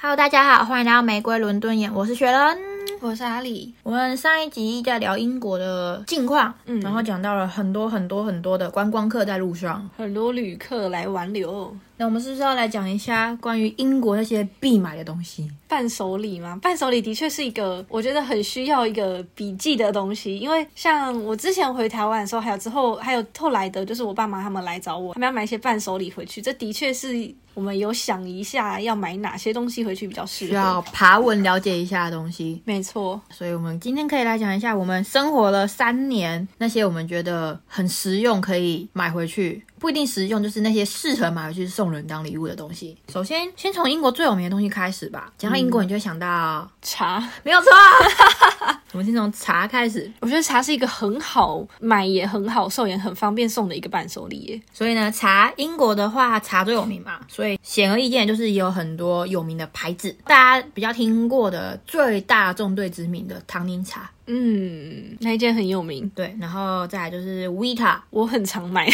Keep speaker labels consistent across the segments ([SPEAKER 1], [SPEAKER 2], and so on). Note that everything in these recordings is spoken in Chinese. [SPEAKER 1] Hello，大家好，欢迎来到玫瑰伦敦眼，我是雪人。
[SPEAKER 2] 我是阿里，
[SPEAKER 1] 我们上一集在聊英国的近况，
[SPEAKER 2] 嗯
[SPEAKER 1] 然后讲到了很多很多很多的观光客在路上。
[SPEAKER 2] 很多旅客来玩留
[SPEAKER 1] 那我们是不是要来讲一下关于英国那些必买的东西？
[SPEAKER 2] 伴手礼嘛，伴手礼的确是一个我觉得很需要一个笔记的东西，因为像我之前回台湾的时候，还有之后还有后来的，就是我爸妈他们来找我，他们要买一些伴手礼回去，这的确是我们有想一下要买哪些东西回去比较适
[SPEAKER 1] 需要
[SPEAKER 2] 合。
[SPEAKER 1] 爬文了解一下的东西。
[SPEAKER 2] 没错，
[SPEAKER 1] 所以我们今天可以来讲一下，我们生活了三年，那些我们觉得很实用，可以买回去，不一定实用，就是那些适合买回去送人当礼物的东西。首先，先从英国最有名的东西开始吧。讲到英
[SPEAKER 2] 嗯
[SPEAKER 1] 国，你就会想到，
[SPEAKER 2] 茶，
[SPEAKER 1] 没 有错，我们先从茶开始。
[SPEAKER 2] 我觉得茶是一个很好买也很好送也很方便送的一个伴手礼耶。
[SPEAKER 1] 所以呢，茶英国的话，茶最有名嘛，所以显而易见就是有很多有名的牌子，大家比较听过的最大众最知名的唐宁茶，
[SPEAKER 2] 嗯，那一件很有名，
[SPEAKER 1] 对，然后再来就是 Vita，
[SPEAKER 2] 我很常买，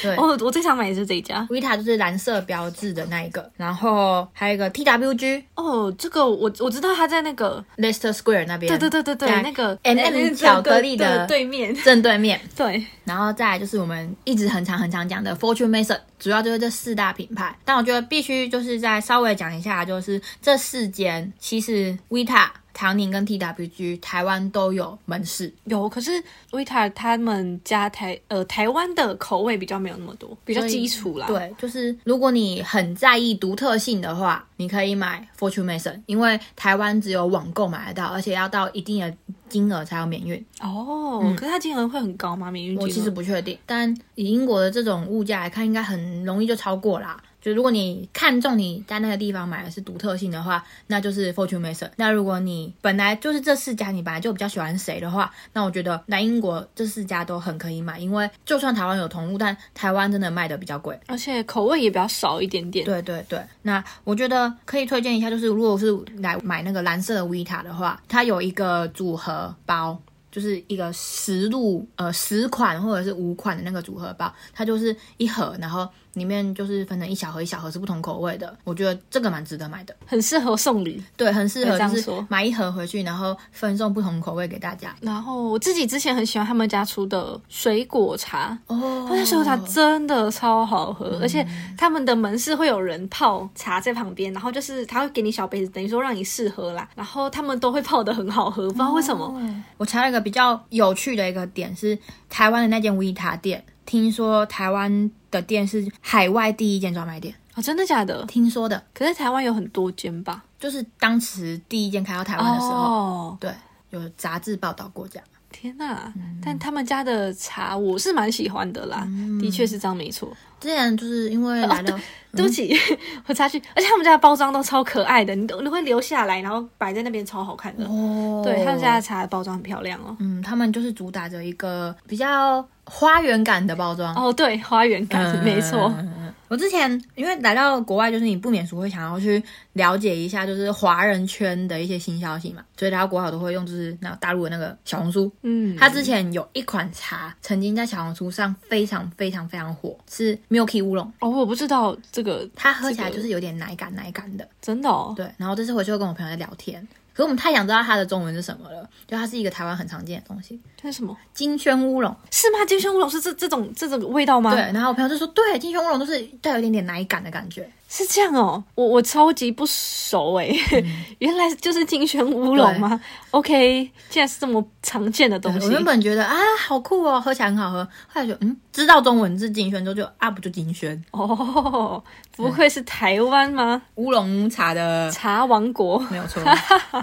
[SPEAKER 1] 对。
[SPEAKER 2] 我我最常买的是这一家。
[SPEAKER 1] Vita 就是蓝色标志的那一个，然后还有一个 TWG
[SPEAKER 2] 哦，这个我我知道他在那个，
[SPEAKER 1] Leicester Square 那边，
[SPEAKER 2] 对对对对对，
[SPEAKER 1] 在
[SPEAKER 2] 那个
[SPEAKER 1] M&M 巧克力的
[SPEAKER 2] 对对面，
[SPEAKER 1] 正对面，
[SPEAKER 2] 对，
[SPEAKER 1] 然后再来就是我们一直很常很常讲的 Fortune Mason，主要就是这四大品牌。但我觉得必须就是再稍微讲一下，就是这四间其实 Vita、唐宁跟 TWG 台湾都有门市，
[SPEAKER 2] 有。可是维塔他们家台呃台湾的口味比较没有那么多，比较
[SPEAKER 1] 所以
[SPEAKER 2] 基础啦。，
[SPEAKER 1] 对，就是如果你很在意独特性的话，你可以买 Fortune Mason，因为台湾只有网购买得到，而且要到一定的金额才有免运。
[SPEAKER 2] 哦，可是它金额会很高吗？免运金额
[SPEAKER 1] 嗯我其实不确定，但以英国的这种物价来看，应该很容易就超过啦。就如果你看中你在那个地方买的是独特性的话，那就是 Fortune Mason。那如果你本来就是这四家，你本来就比较喜欢谁的话，那我觉得来英国这四家都很可以买，因为就算台湾有同物，但台湾真的卖的比较贵。
[SPEAKER 2] 而且口味也比较少一点点。
[SPEAKER 1] 对对对，那我觉得可以推荐一下，就是如果是来买那个蓝色的 Vita 的话，它有一个组合包，就是一个十入呃十款或者是五款的那个组合包，它就是一盒，然后里面就是分成一小盒一小盒是不同口味的，我觉得这个蛮值得买的，
[SPEAKER 2] 很适合送礼。
[SPEAKER 1] 对，很适合
[SPEAKER 2] 可以这样
[SPEAKER 1] 就是
[SPEAKER 2] 说
[SPEAKER 1] 买一盒回去，然后分送不同口味给大家。
[SPEAKER 2] 然后我自己之前很喜欢他们家出的水果茶，
[SPEAKER 1] 哦嗯
[SPEAKER 2] 他们水果茶真的超好喝，而且他们的门市会有人泡茶在旁边，然后就是他会给你小杯子，等于说让你试喝啦。然后他们都会泡的很好
[SPEAKER 1] 哦
[SPEAKER 2] 喝，不知道为什么。
[SPEAKER 1] 我查了一个比较有趣的一个点是，台湾的那间维塔店，听说台湾的店是海外第一间专卖店，
[SPEAKER 2] 哦，真的假的？
[SPEAKER 1] 听说的，
[SPEAKER 2] 可是台湾有很多间吧？
[SPEAKER 1] 就是当时第一间开到台湾的时候，
[SPEAKER 2] 哦，
[SPEAKER 1] 对，有杂志报道过这样。
[SPEAKER 2] 天哪、
[SPEAKER 1] 嗯
[SPEAKER 2] 但他们家的茶我是蛮喜欢的啦，的确是这样没错。
[SPEAKER 1] 之前就是因为来了，
[SPEAKER 2] 对不起， 我插句，而且他们家的包装都超可爱的，你都你会留下来，然后摆在那边超好看的。
[SPEAKER 1] 哦
[SPEAKER 2] 对，他们家的，茶的包装很漂亮哦。
[SPEAKER 1] 嗯，他们就是主打着一个比较花园感的包装。
[SPEAKER 2] 哦，对，花园感，
[SPEAKER 1] 嗯
[SPEAKER 2] 没错。
[SPEAKER 1] 我之前因为来到国外，就是你不免俗会想要去了解一下，就是华人圈的一些新消息嘛，所以来到国外我都会用就是那大陆的那个小红书，
[SPEAKER 2] 嗯，
[SPEAKER 1] 它之前有一款茶曾经在小红书上非常非常非常火，是 Milky 乌龙，
[SPEAKER 2] 哦，我不知道这个，
[SPEAKER 1] 它喝起来就是有点奶感奶感的。
[SPEAKER 2] 真的哦。
[SPEAKER 1] 对，然后这次回去又跟我朋友在聊天，可是我们太想知道它的中文是什么了，就它是一个台湾很常见的东西，
[SPEAKER 2] 这是什么？
[SPEAKER 1] 金萱乌龙。
[SPEAKER 2] 是吗？金萱乌龙是这这种这种味道吗？
[SPEAKER 1] 对，，然后我朋友就说，对，金萱乌龙就是带有一点点奶感的感觉。
[SPEAKER 2] 是这样哦。我我超级不熟哎，
[SPEAKER 1] 嗯
[SPEAKER 2] 原来就是金萱乌龙吗？OK，竟然是这么常见的东
[SPEAKER 1] 对
[SPEAKER 2] 西
[SPEAKER 1] 我。原本觉得啊，好酷哦，喝起来很好喝，后来就嗯，知道中文是金萱之后就啊，不就金萱
[SPEAKER 2] 哦，不愧是台湾吗？
[SPEAKER 1] 乌龙茶的
[SPEAKER 2] 茶王国。
[SPEAKER 1] 没有 错，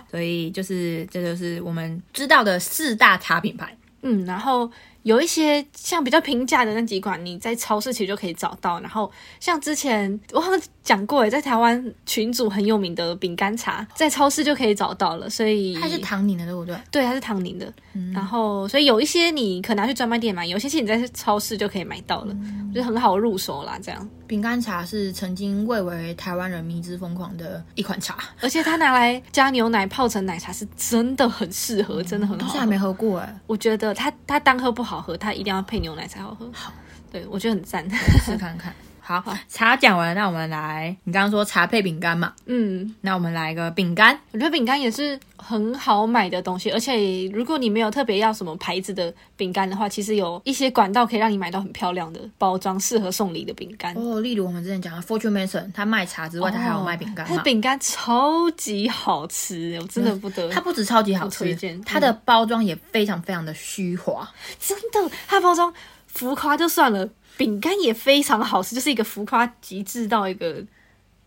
[SPEAKER 1] 所以就是这就是我们知道的四大茶品牌。
[SPEAKER 2] 嗯，然后有一些像比较平价的那几款，你在超市其实就可以找到。然后像之前我好像讲过耶，在台湾群组很有名的饼干茶，在超市就可以找到了，所以
[SPEAKER 1] 它是唐宁的，对不对？
[SPEAKER 2] 对，它是唐宁的。然后所以有一些你可能要去专卖店买，有些其实你在超市就可以买到了，就是很好入手啦。这样，
[SPEAKER 1] 饼干茶是曾经蔚为台湾人迷之疯狂的一款茶，
[SPEAKER 2] 而且它拿来加牛奶泡成奶茶是真的很适合，真的很
[SPEAKER 1] 到
[SPEAKER 2] 好
[SPEAKER 1] 现在还。
[SPEAKER 2] 喝
[SPEAKER 1] 没喝过哎，
[SPEAKER 2] 我觉得它它单喝不好喝，它一定要配牛奶才好喝。对，我觉得很赞。
[SPEAKER 1] 试看看。好，茶讲完，那我们来，你刚刚说茶配饼干嘛？
[SPEAKER 2] 嗯，
[SPEAKER 1] 那我们来一个饼干，
[SPEAKER 2] 我觉得饼干也是很好买的东西，而且如果你没有特别要什么牌子的饼干的话，其实有一些管道可以让你买到很漂亮的包装，适合送礼的饼干。
[SPEAKER 1] 哦，例如我们之前讲的 Fortune Mason，他卖茶之外，他哦还有卖饼干
[SPEAKER 2] 它
[SPEAKER 1] 嘛
[SPEAKER 2] 的？饼干超级好吃，我真的不得，
[SPEAKER 1] 啊它不止超级好
[SPEAKER 2] 我推
[SPEAKER 1] 吃
[SPEAKER 2] 荐，
[SPEAKER 1] 它的包装也非常非常的虚华，
[SPEAKER 2] 真的，它的包装浮夸就算了，饼干也非常好吃，就是一个浮夸极致到一个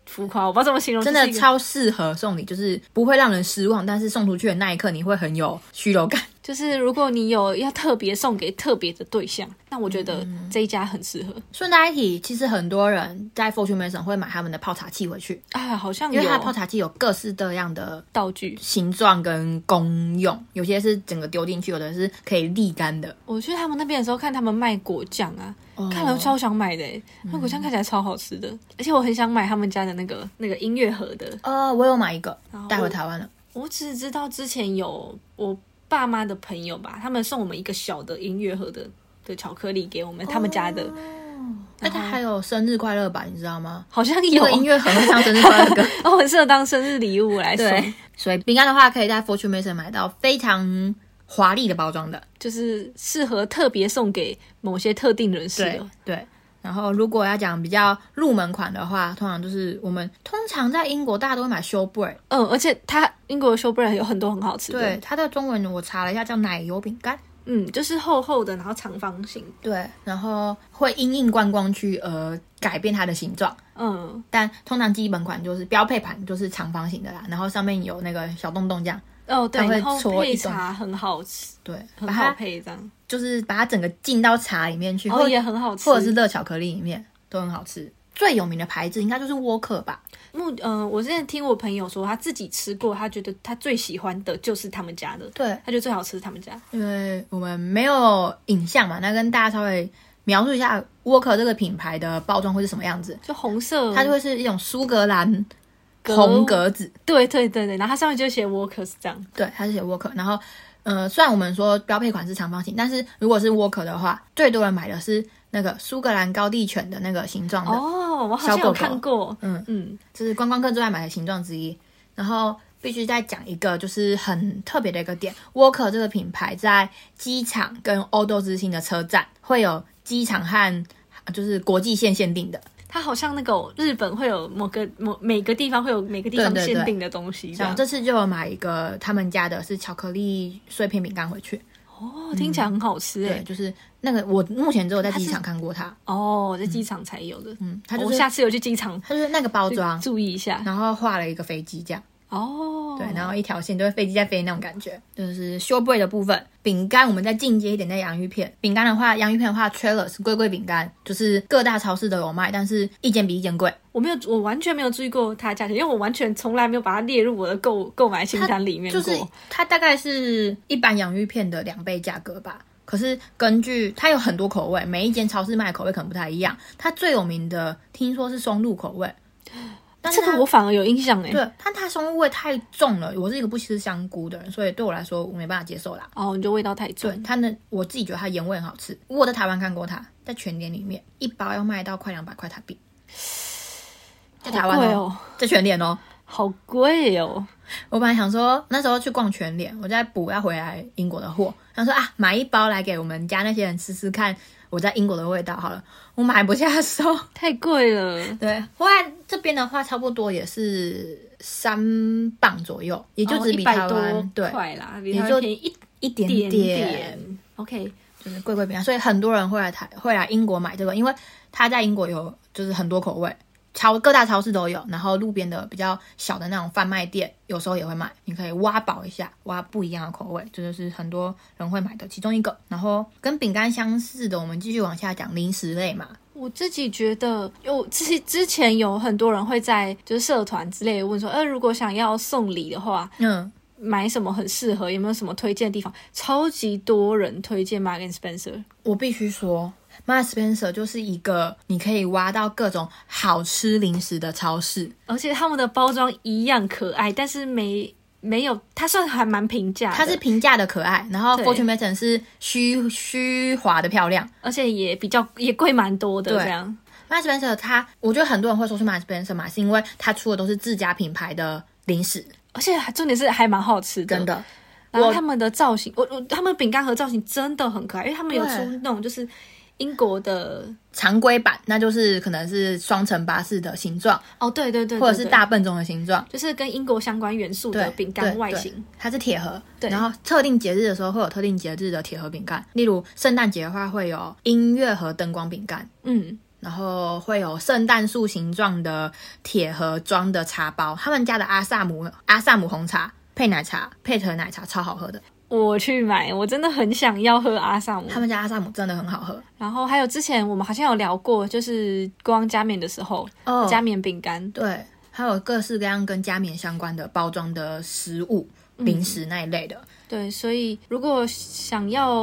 [SPEAKER 2] 浮夸，我不知道怎么形容，
[SPEAKER 1] 真
[SPEAKER 2] 就
[SPEAKER 1] 的
[SPEAKER 2] 是一个
[SPEAKER 1] 超适合送礼，就是不会让人失望，但是送出去的那一刻你会很有虚荣感。
[SPEAKER 2] 就是如果你有要特别送给特别的对象，那我觉得
[SPEAKER 1] 嗯
[SPEAKER 2] 这一家很适合。
[SPEAKER 1] 顺带一提，其实很多人在 Fortune Mason 会买他们的泡茶器回去，
[SPEAKER 2] 啊，好像
[SPEAKER 1] 因
[SPEAKER 2] 有
[SPEAKER 1] 为它的泡茶器有各式各样的
[SPEAKER 2] 道具，
[SPEAKER 1] 形状跟功用，有些是整个丢进去，有的是可以沥干的。
[SPEAKER 2] 我去他们那边的时候看他们卖果酱啊，
[SPEAKER 1] 哦
[SPEAKER 2] 看了超想买的、欸，
[SPEAKER 1] 嗯
[SPEAKER 2] 那果酱看起来超好吃的，而且我很想买他们家的那个那个音乐盒的。
[SPEAKER 1] 呃，我有买一个
[SPEAKER 2] 后
[SPEAKER 1] 带回台湾了。
[SPEAKER 2] 我只知道之前有我爸妈的朋友吧，他们送我们一个小的音乐盒的的巧克力给我们，他们家的
[SPEAKER 1] 哦那哎它还有生日快乐版，你知道吗？
[SPEAKER 2] 好像
[SPEAKER 1] 这
[SPEAKER 2] 有
[SPEAKER 1] 个， 音乐盒会唱生日快乐歌。
[SPEAKER 2] 哦，很适合当生日礼物来送，，
[SPEAKER 1] 所以饼干的话，可以在 Fortune Mason 买到非常华丽的包装的。
[SPEAKER 2] 就是适合特别送给某些特定人士的。
[SPEAKER 1] 对。然后，如果要讲比较入门款的话，通常就是我们通常在英国大家都会买 shortbread，
[SPEAKER 2] 嗯，而且它英国的 shortbread 有很多很好吃的，
[SPEAKER 1] 对，，它的中文我查了一下叫奶油饼干，
[SPEAKER 2] 嗯，就是厚厚的，然后长方形，
[SPEAKER 1] 对，然后会因应观光区而改变它的形状，
[SPEAKER 2] 嗯，
[SPEAKER 1] 但通常基本款就是标配款就是长方形的啦，然后上面有那个小洞洞这样，
[SPEAKER 2] 哦，对，
[SPEAKER 1] 它会
[SPEAKER 2] 然后
[SPEAKER 1] 搓
[SPEAKER 2] 配
[SPEAKER 1] 一种
[SPEAKER 2] 茶很好吃，
[SPEAKER 1] 对，
[SPEAKER 2] 很
[SPEAKER 1] 把
[SPEAKER 2] 好
[SPEAKER 1] 它
[SPEAKER 2] 配这样，
[SPEAKER 1] 就是把它整个浸到茶里面去，
[SPEAKER 2] 然
[SPEAKER 1] 或
[SPEAKER 2] 后也很好吃。
[SPEAKER 1] 或者是热巧克力里面都很好吃。最有名的牌子应该就是沃克吧，
[SPEAKER 2] 目，呃，我之前听我朋友说，他自己吃过，他觉得他最喜欢的就是他们家的，
[SPEAKER 1] 对，
[SPEAKER 2] 他觉得最好吃是他们家。
[SPEAKER 1] 因为我们没有影像嘛，那跟大家稍微描述一下沃克这个品牌的包装会是什么样子。
[SPEAKER 2] 就红色，
[SPEAKER 1] 它就会是一种苏格兰
[SPEAKER 2] 格
[SPEAKER 1] 红格子，
[SPEAKER 2] 对对对对，然后它上面就写 workers 这样，
[SPEAKER 1] 对，它是写沃克。然后，呃，虽然我们说标配款是长方形，但是如果是沃克的话，最多人买的是那个苏格兰高地犬的那个形状的，
[SPEAKER 2] 哦，我好像
[SPEAKER 1] 小狗狗
[SPEAKER 2] 有看过，
[SPEAKER 1] 嗯
[SPEAKER 2] 嗯，
[SPEAKER 1] 这是观光客最爱买的形状之一。然后必须再讲一个，就是很特别的一个点，Walker 这个品牌在机场跟欧洲之星的车站会有机场和呃就是国际线限定的，
[SPEAKER 2] 它好像那个哦日本会有某个某每个地方会有每个地方
[SPEAKER 1] 对对对啊
[SPEAKER 2] 限定的东西这
[SPEAKER 1] 像
[SPEAKER 2] 样，
[SPEAKER 1] 我这次就有买一个他们家的是巧克力碎片饼干回去，
[SPEAKER 2] 哦，听起来很好
[SPEAKER 1] 嗯
[SPEAKER 2] 吃
[SPEAKER 1] 对，
[SPEAKER 2] 哎，
[SPEAKER 1] 就是那个我目前只有在机场看过它，
[SPEAKER 2] 哦，在机场才有的，
[SPEAKER 1] 嗯，它
[SPEAKER 2] 我
[SPEAKER 1] 就是
[SPEAKER 2] 下次有去机场
[SPEAKER 1] 它就是那个包装，
[SPEAKER 2] 注意一下，
[SPEAKER 1] 然后画了一个飞机这样。
[SPEAKER 2] 哦，
[SPEAKER 1] 对，然后一条线就是飞机在飞那种感觉，就是修 h 的部分。饼干我们再进阶一点，在洋芋片。饼干的话，洋芋片的话 t r a i l e r 是贵贵饼干，就是各大超市都有卖，但是一间比一间贵。
[SPEAKER 2] 我没有，我完全没有注意过它的价钱，因为我完全从来没有把它列入我的购购买清单里面
[SPEAKER 1] 就
[SPEAKER 2] 过。
[SPEAKER 1] 是它大概是一般洋芋片的两倍价格吧。可是根据它有很多口味，每一间超市卖的口味可能不太一样。它最有名的听说是松露口 味，但是
[SPEAKER 2] 这
[SPEAKER 1] 它
[SPEAKER 2] 个我反而有印象哎。
[SPEAKER 1] 对，但它松露味太重了。我是一个不吃香菇的人，所以对我来说我没办法接受啦。
[SPEAKER 2] 哦，你就味道太重
[SPEAKER 1] 对。它呢，我自己觉得它盐味很好吃。我在台湾看过它，在全年里面一包要卖到快两百块台币，在台湾
[SPEAKER 2] 好贵
[SPEAKER 1] 哦，
[SPEAKER 2] 哦，
[SPEAKER 1] 在全年哦。
[SPEAKER 2] 好贵哦。
[SPEAKER 1] 我本来想说那时候去逛全联，我在补要回来英国的货，想说啊买一包来给我们家那些人吃吃看我在英国的味道好了，我买不下手。
[SPEAKER 2] 太贵了，
[SPEAKER 1] 对，后来这边的话差不多也是三磅左右，也就只比
[SPEAKER 2] 哦一
[SPEAKER 1] 台
[SPEAKER 2] 百
[SPEAKER 1] 湾、
[SPEAKER 2] 多
[SPEAKER 1] 对
[SPEAKER 2] 块啦，比
[SPEAKER 1] 也
[SPEAKER 2] 台
[SPEAKER 1] 就
[SPEAKER 2] 湾便宜一
[SPEAKER 1] 一点
[SPEAKER 2] 点点。OK，
[SPEAKER 1] 就是贵贵饼干，所以很多人会来台会来英国买这个，因为它在英国有就是很多口味，超各大超市都有，然后路边的比较小的那种贩卖店有时候也会卖，你可以挖宝一下，挖不一样的口味，这就是很多人会买的其中一个。然后跟饼干相似的，我们继续往下讲零食类嘛，
[SPEAKER 2] 我自己觉得，因为我之之前有很多人会在就是社团之类的问说，呃，如果想要送礼的话，
[SPEAKER 1] 嗯，
[SPEAKER 2] 买什么很适合？有没有什么推荐的地方？超级多人推荐 Mark and Spencer，
[SPEAKER 1] 我必须说。Marks Spencer 就是一个你可以挖到各种好吃零食的超市，
[SPEAKER 2] 而且他们的包装一样可爱，但是没没有，它算还蛮平价的，
[SPEAKER 1] 它是平价的可爱，然后
[SPEAKER 2] 对
[SPEAKER 1] Fortune Mason 是虚虚华的漂亮，
[SPEAKER 2] 而且也比较也贵蛮多的
[SPEAKER 1] 对
[SPEAKER 2] 这样。
[SPEAKER 1] Marks Spencer 它，我觉得很多人会说是 Marks Spencer 嘛，是因为它出的都是自家品牌的零食，
[SPEAKER 2] 而且还重点是还蛮好吃的，
[SPEAKER 1] 真。的。
[SPEAKER 2] 然后
[SPEAKER 1] 我
[SPEAKER 2] 他们的造型，我我他们饼干盒造型真的很可爱，因为他们有
[SPEAKER 1] 对
[SPEAKER 2] 出那种就是英国的
[SPEAKER 1] 常规版，那就是可能是双层巴士的形状，
[SPEAKER 2] 哦，对对对对
[SPEAKER 1] 或者是
[SPEAKER 2] 对
[SPEAKER 1] 大笨钟的形状。
[SPEAKER 2] 就是跟英国相关元素
[SPEAKER 1] 对
[SPEAKER 2] 的，饼干
[SPEAKER 1] 对
[SPEAKER 2] 外
[SPEAKER 1] 对
[SPEAKER 2] 形。
[SPEAKER 1] 它是铁盒，
[SPEAKER 2] 对
[SPEAKER 1] 然后特定节日的时候会有特定节日的铁盒饼干，例如圣诞节的话会有音乐盒灯光饼干，
[SPEAKER 2] 嗯，
[SPEAKER 1] 然后会有圣诞树形状的铁盒装的茶包，他们家的阿萨姆阿萨姆红茶配奶茶配成奶茶超好
[SPEAKER 2] 嗯
[SPEAKER 1] 喝的，
[SPEAKER 2] 我去买，我真的很想要喝阿萨姆
[SPEAKER 1] 他。们家阿萨姆真的很好喝
[SPEAKER 2] 然后还有之前我们好像有聊过，就是国王加冕的时候，
[SPEAKER 1] 哦
[SPEAKER 2] 加冕饼干，
[SPEAKER 1] 对，还有各式各样跟加冕相关的包装的食物、零食那一类的，
[SPEAKER 2] 对，所以如果想要，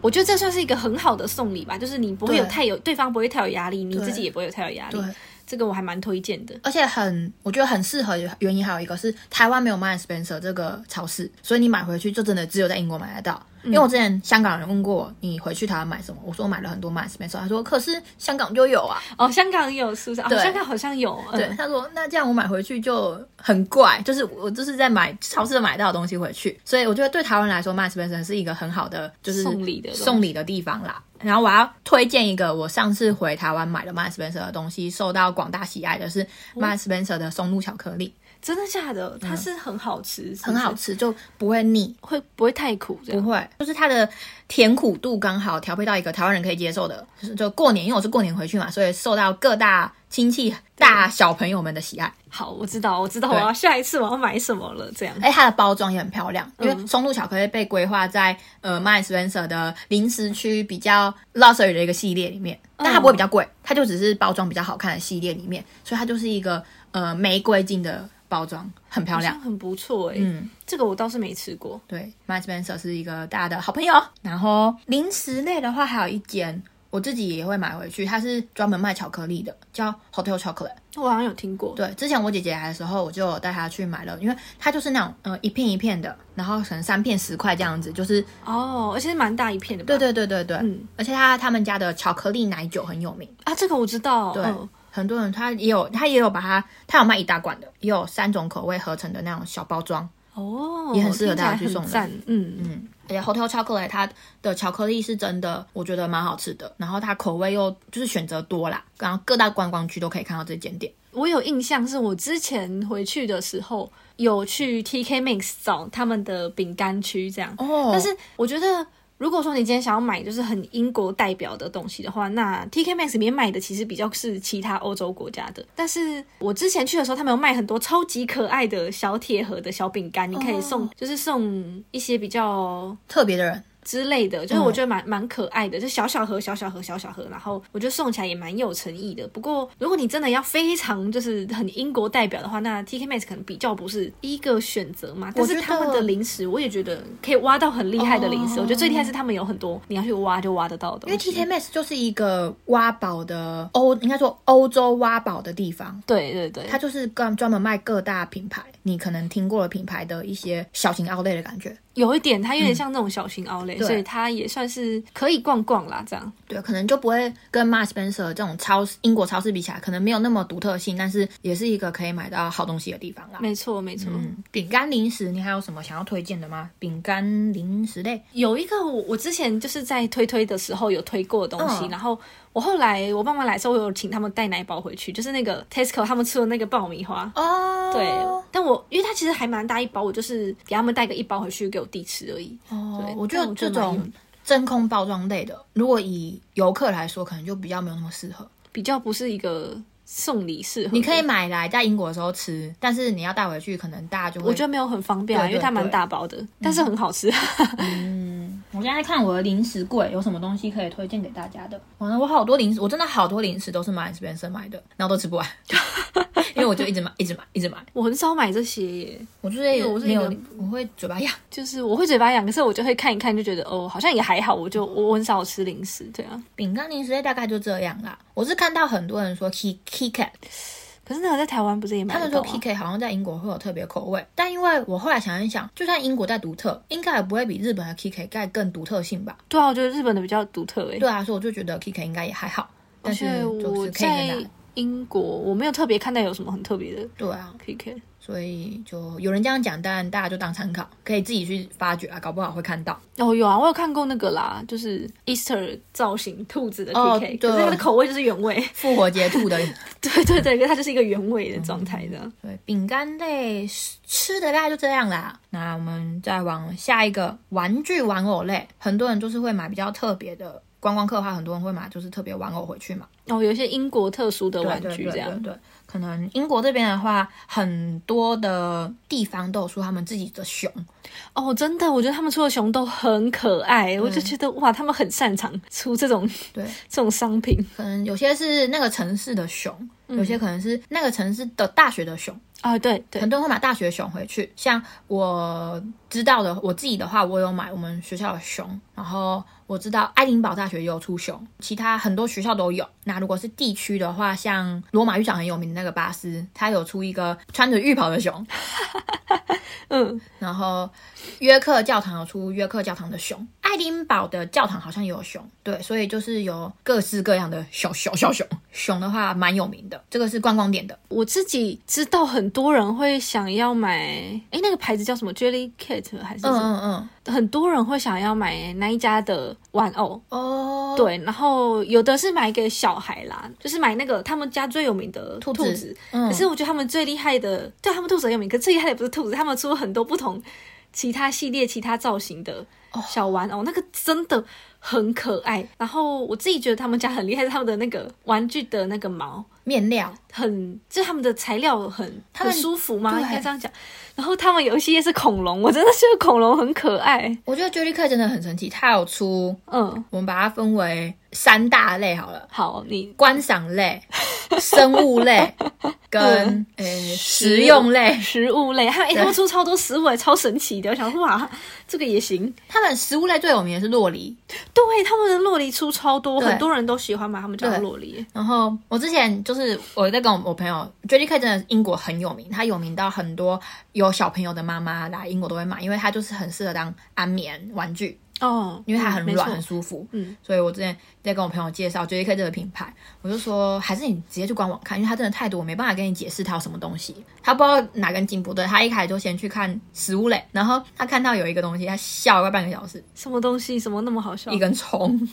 [SPEAKER 2] 我觉得这算是一个很好的送礼吧，就是你不会有
[SPEAKER 1] 对
[SPEAKER 2] 太有对方不会太有压力，你
[SPEAKER 1] 对
[SPEAKER 2] 自己也不会有太有压力
[SPEAKER 1] 对。
[SPEAKER 2] 这个我还蛮推荐的。
[SPEAKER 1] 而且很，我觉得很适合。原因还有一个是台湾没有 Marks Spencer 这个超市，所以你买回去就真的只有在英国买得到。因为我之前香港人问过我，你回去台湾买什么？我说我买了很多 Marks Spencer，他说可是香港就有啊。
[SPEAKER 2] 哦，香港有是不是？哦，
[SPEAKER 1] 对
[SPEAKER 2] 香港好像有。嗯、
[SPEAKER 1] 对，他说那这样我买回去就很怪，就是我就是在买超市买到的东西回去，所以我觉得对台湾来说，Marks Spencer 是一个很好的就是
[SPEAKER 2] 送礼的东西
[SPEAKER 1] 送礼的地方啦。然后我要推荐一个我上次回台湾买的 Marks Spencer 的东西，受到广大喜爱的是
[SPEAKER 2] 哦
[SPEAKER 1] Marks Spencer 的松露巧克力，
[SPEAKER 2] 真的假的？它是很好吃，是不是
[SPEAKER 1] 嗯很好，吃，就不会腻，
[SPEAKER 2] 会不会太苦？这
[SPEAKER 1] 不
[SPEAKER 2] 样
[SPEAKER 1] 会，就是它的甜苦度刚好调配到一个台湾人可以接受的，就是就过年，因为我是过年回去嘛，所以受到各大亲戚、大小朋友们的喜爱。
[SPEAKER 2] 好，我知道，我知道，我
[SPEAKER 1] 对
[SPEAKER 2] 要下一次我要买什么了。这样，
[SPEAKER 1] 哎，它的包装也很漂亮，因为松露巧克力被规划在呃 Marks Spencer 的零食区比较 luxury 的一个系列里面，但它不会比较贵，它就只是包装比较好看的系列里面，所以它就是一个呃玫瑰金的包装，很漂
[SPEAKER 2] 好
[SPEAKER 1] 亮
[SPEAKER 2] 像。很不错哎、
[SPEAKER 1] 嗯，
[SPEAKER 2] 这个我倒是没吃过。
[SPEAKER 1] 对 m a s p e n c e r 是一个大家的好朋友。然后零食类的话，还有一间我自己也会买回去，它是专门卖巧克力的，叫 Hotel Chocolate。
[SPEAKER 2] 我好像有听过，
[SPEAKER 1] 对，之前我姐姐来的时候，我就有带她去买了，因为它就是那种呃一片一片的，然后可能三片十块这样子，就是
[SPEAKER 2] 哦，而且是蛮大一片的吧。
[SPEAKER 1] 对对对对对，
[SPEAKER 2] 嗯
[SPEAKER 1] 而且他他们家的巧克力奶酒很有名，
[SPEAKER 2] 啊，这个我知道。
[SPEAKER 1] 对。
[SPEAKER 2] 嗯
[SPEAKER 1] 很多人他也有，他也有把它，他有卖一大罐的，也有三种口味合成的那种小包装，
[SPEAKER 2] 哦，
[SPEAKER 1] 也很适合大家去
[SPEAKER 2] 听起来
[SPEAKER 1] 送人
[SPEAKER 2] 很赞，嗯嗯，
[SPEAKER 1] 而且 Hotel Chocolate 它的巧克力是真的，我觉得蛮好吃的。然后它口味又就是选择多啦，然后各大观光区都可以看到这间店。
[SPEAKER 2] 我有印象，是我之前回去的时候有去 TK Mix 找他们的饼干区这样。
[SPEAKER 1] 哦
[SPEAKER 2] 但是我觉得，如果说你今天想要买就是很英国代表的东西的话，那 TK Max 里面卖的其实比较是其他欧洲国家的。但是我之前去的时候，他们有卖很多超级可爱的小铁盒的小饼干，你可以送，就是送一些比较。
[SPEAKER 1] 特别的人，
[SPEAKER 2] 之类的，
[SPEAKER 1] 嗯
[SPEAKER 2] 就是我觉得蛮蛮可爱的，就小小盒、小小盒、小小盒，然后我觉得送起来也蛮有诚意的。不过，如果你真的要非常就是很英国代表的话，那 TK Max 可能比较不是第一个选择嘛。但
[SPEAKER 1] 觉
[SPEAKER 2] 是
[SPEAKER 1] 得
[SPEAKER 2] 他们的零食，我也觉得可以挖到很厉害的零食。
[SPEAKER 1] 哦
[SPEAKER 2] 我觉得最厉害是他们有很多你要去挖就挖得到的
[SPEAKER 1] 因为
[SPEAKER 2] 东西。
[SPEAKER 1] TK Max 就是一个挖宝的欧，应该说欧洲挖宝的地方。
[SPEAKER 2] 对对对，
[SPEAKER 1] 它就是专专门卖各大品牌，你可能听过的品牌的一些小型 outlet 的感觉。
[SPEAKER 2] 有一点它有点像那种小型 outlet，、
[SPEAKER 1] 嗯对
[SPEAKER 2] 所以它也算是可以逛逛啦。这样
[SPEAKER 1] 对，可能就不会跟 Marks Spencer 这种超市英国超市比起来，可能没有那么独特性，但是也是一个可以买到好东西的地方啦。
[SPEAKER 2] 没错没错。
[SPEAKER 1] 嗯，饼干零食，你还有什么想要推荐的吗？饼干零食类，
[SPEAKER 2] 有一个我我之前就是在推推的时候有推过的东西，
[SPEAKER 1] 嗯
[SPEAKER 2] 然后我后来我爸妈来的时候，我有请他们带奶包回去，就是那个 Tesco 他们吃的那个爆米花。
[SPEAKER 1] 哦，
[SPEAKER 2] 对，但我因为它其实还蛮大一包，我就是给他们带个一包回去给我弟吃而已。
[SPEAKER 1] 哦
[SPEAKER 2] 对，
[SPEAKER 1] 我觉
[SPEAKER 2] 但
[SPEAKER 1] 得
[SPEAKER 2] 我
[SPEAKER 1] 这
[SPEAKER 2] 觉得蛮有
[SPEAKER 1] 种真空包装类的，如果以游客来说，可能就比较没有那么适合。
[SPEAKER 2] 比较不是一个送礼适合的。
[SPEAKER 1] 你可以买来在英国的时候吃，但是你要带回去，可能大家就会。
[SPEAKER 2] 我觉得没有很方便啊，
[SPEAKER 1] 对嗯对
[SPEAKER 2] 因为它蛮
[SPEAKER 1] 对
[SPEAKER 2] 大包的，但是很好吃。
[SPEAKER 1] 我现在在看我的零食柜有什么东西可以推荐给大家的。完了，我好多零食，我真的好多零食都是买 s p e n c e 买的，然后都吃不完， 因为我就一直买，一直买，一直买。
[SPEAKER 2] 我很少买这些耶，
[SPEAKER 1] 我就是
[SPEAKER 2] 因为我是
[SPEAKER 1] 没
[SPEAKER 2] 一个
[SPEAKER 1] 有，我会嘴巴痒。
[SPEAKER 2] 就是我会嘴巴痒，可是我就会看一看，就觉得哦，好像也还好，我就我很少吃零食，对啊。
[SPEAKER 1] 饼干零食类大概就这样啦。我是看到很多人说 K K Kat，
[SPEAKER 2] 可是那个在台湾不是也买
[SPEAKER 1] 他
[SPEAKER 2] 得
[SPEAKER 1] 们
[SPEAKER 2] 到啊
[SPEAKER 1] 说
[SPEAKER 2] 吗？
[SPEAKER 1] KK 好像在英国会有特别口味，但因为我后来想一想，就算英国再独特，应该也不会比日本的 KK 盖更独特性吧？
[SPEAKER 2] 对啊，我觉得日本的比较独特诶。
[SPEAKER 1] 对啊，所以我就觉得 KK 应该也还好。但是
[SPEAKER 2] 而且
[SPEAKER 1] 就
[SPEAKER 2] 我
[SPEAKER 1] 是可以跟大
[SPEAKER 2] 在
[SPEAKER 1] 家
[SPEAKER 2] 英国，我没有特别看到有什么很特别的
[SPEAKER 1] 对啊，
[SPEAKER 2] PK。
[SPEAKER 1] 所以就有人这样讲，但大家就当参考，可以自己去发掘啊，搞不好会看到。
[SPEAKER 2] 哦，有啊，我有看过那个啦，就是 Easter 造型兔子的 PK，、
[SPEAKER 1] 哦对
[SPEAKER 2] 可是它的口味就是原味。
[SPEAKER 1] 复活节兔的，
[SPEAKER 2] 对对对，可是它就是一个原味的状态的。
[SPEAKER 1] 对，饼干类吃的大概就这样啦。那我们再往下一个玩具玩偶类，很多人就是会买比较特别的。观光客的话，很多人会买就是特别玩偶回去嘛，
[SPEAKER 2] 哦，有一些英国特殊的玩具
[SPEAKER 1] 对
[SPEAKER 2] 这样。
[SPEAKER 1] 对对对对可能英国这边的话，很多的地方都有出他们自己的熊，
[SPEAKER 2] 哦，真的，我觉得他们出的熊都很可爱，我就
[SPEAKER 1] 嗯
[SPEAKER 2] 觉得哇，他们很擅长出这种
[SPEAKER 1] 对
[SPEAKER 2] 这种商品。
[SPEAKER 1] 可能有些是那个城市的熊，
[SPEAKER 2] 嗯
[SPEAKER 1] 有些可能是那个城市的大学的熊，
[SPEAKER 2] 啊、对对
[SPEAKER 1] 很，多人会买大学熊回去。像我知道的，我自己的话，我有买我们学校的熊，然后我知道爱丁堡大学也有出熊，其他很多学校都有。那如果是地区的话，像罗马浴场很有名的那个巴斯，它有出一个穿着浴袍的熊，
[SPEAKER 2] 嗯，
[SPEAKER 1] 然后约克教堂有出约克教堂的熊，爱丁堡的教堂好像也有熊，对，所以就是有各式各样的小小小熊。熊的话蛮有名的，这个是观光点的，
[SPEAKER 2] 我自己知道很多人会想要买，诶，那个牌子叫什么？Jelly Cat 还是什
[SPEAKER 1] 嗯
[SPEAKER 2] 么？
[SPEAKER 1] 嗯嗯，
[SPEAKER 2] 很多人会想要买那一家的玩偶。
[SPEAKER 1] 哦，
[SPEAKER 2] 对，然后有的是买给小孩啦，就是买那个他们家最有名的
[SPEAKER 1] 兔
[SPEAKER 2] 兔
[SPEAKER 1] 子
[SPEAKER 2] 子。
[SPEAKER 1] 嗯
[SPEAKER 2] 可是我觉得他们最厉害的，对他们兔子很有名，可是最厉害的不是兔子，他们出了很多不同其他系列、其他造型的
[SPEAKER 1] 哦
[SPEAKER 2] 小玩偶，那个真的很可爱。然后我自己觉得他们家很厉害，是他们的那个玩具的那个毛。
[SPEAKER 1] 面料。
[SPEAKER 2] 很，就是他们的材料很
[SPEAKER 1] 他们
[SPEAKER 2] 很舒服吗？
[SPEAKER 1] 对
[SPEAKER 2] 应该这样讲。然后他们有一些是恐龙，我 真的觉得恐龙很可爱。
[SPEAKER 1] 我觉得 Jelly Cat 真的很神奇，它有出，
[SPEAKER 2] 嗯，
[SPEAKER 1] 我们把它分为三大类好了：
[SPEAKER 2] 好，你
[SPEAKER 1] 观赏 类、生物类跟呃食
[SPEAKER 2] 食
[SPEAKER 1] 用类。
[SPEAKER 2] 食物类，还有哎，他们出超多食物，哎超神奇的。我想说哇，这个也行。
[SPEAKER 1] 他们食物类最有名的是洛梨，
[SPEAKER 2] 对，他们的洛梨出超多，
[SPEAKER 1] 对
[SPEAKER 2] 很多人都喜欢买他们家的
[SPEAKER 1] 对
[SPEAKER 2] 洛梨。
[SPEAKER 1] 然后我之前就是我在跟我我朋友 j e l l y Cat 真的英国很有名，它有名到很多有小朋友的妈妈来英国都会买，因为它就是很适合当安眠玩具，
[SPEAKER 2] 哦，
[SPEAKER 1] 因为它很
[SPEAKER 2] 嗯没
[SPEAKER 1] 软、
[SPEAKER 2] 错
[SPEAKER 1] 很舒服。
[SPEAKER 2] 嗯，
[SPEAKER 1] 所以我之前在跟我朋友介绍 j e l l y Cat 这个品牌，我就说还是你直接去官网看，因为它真的太多，我没办法跟你解释它有什么东西。他不知道哪根筋不对，他一开始就先去看食物类，然后他看到有一个东西，他笑了快半个小时，
[SPEAKER 2] 什么东西，什么那么好笑
[SPEAKER 1] 一？根葱。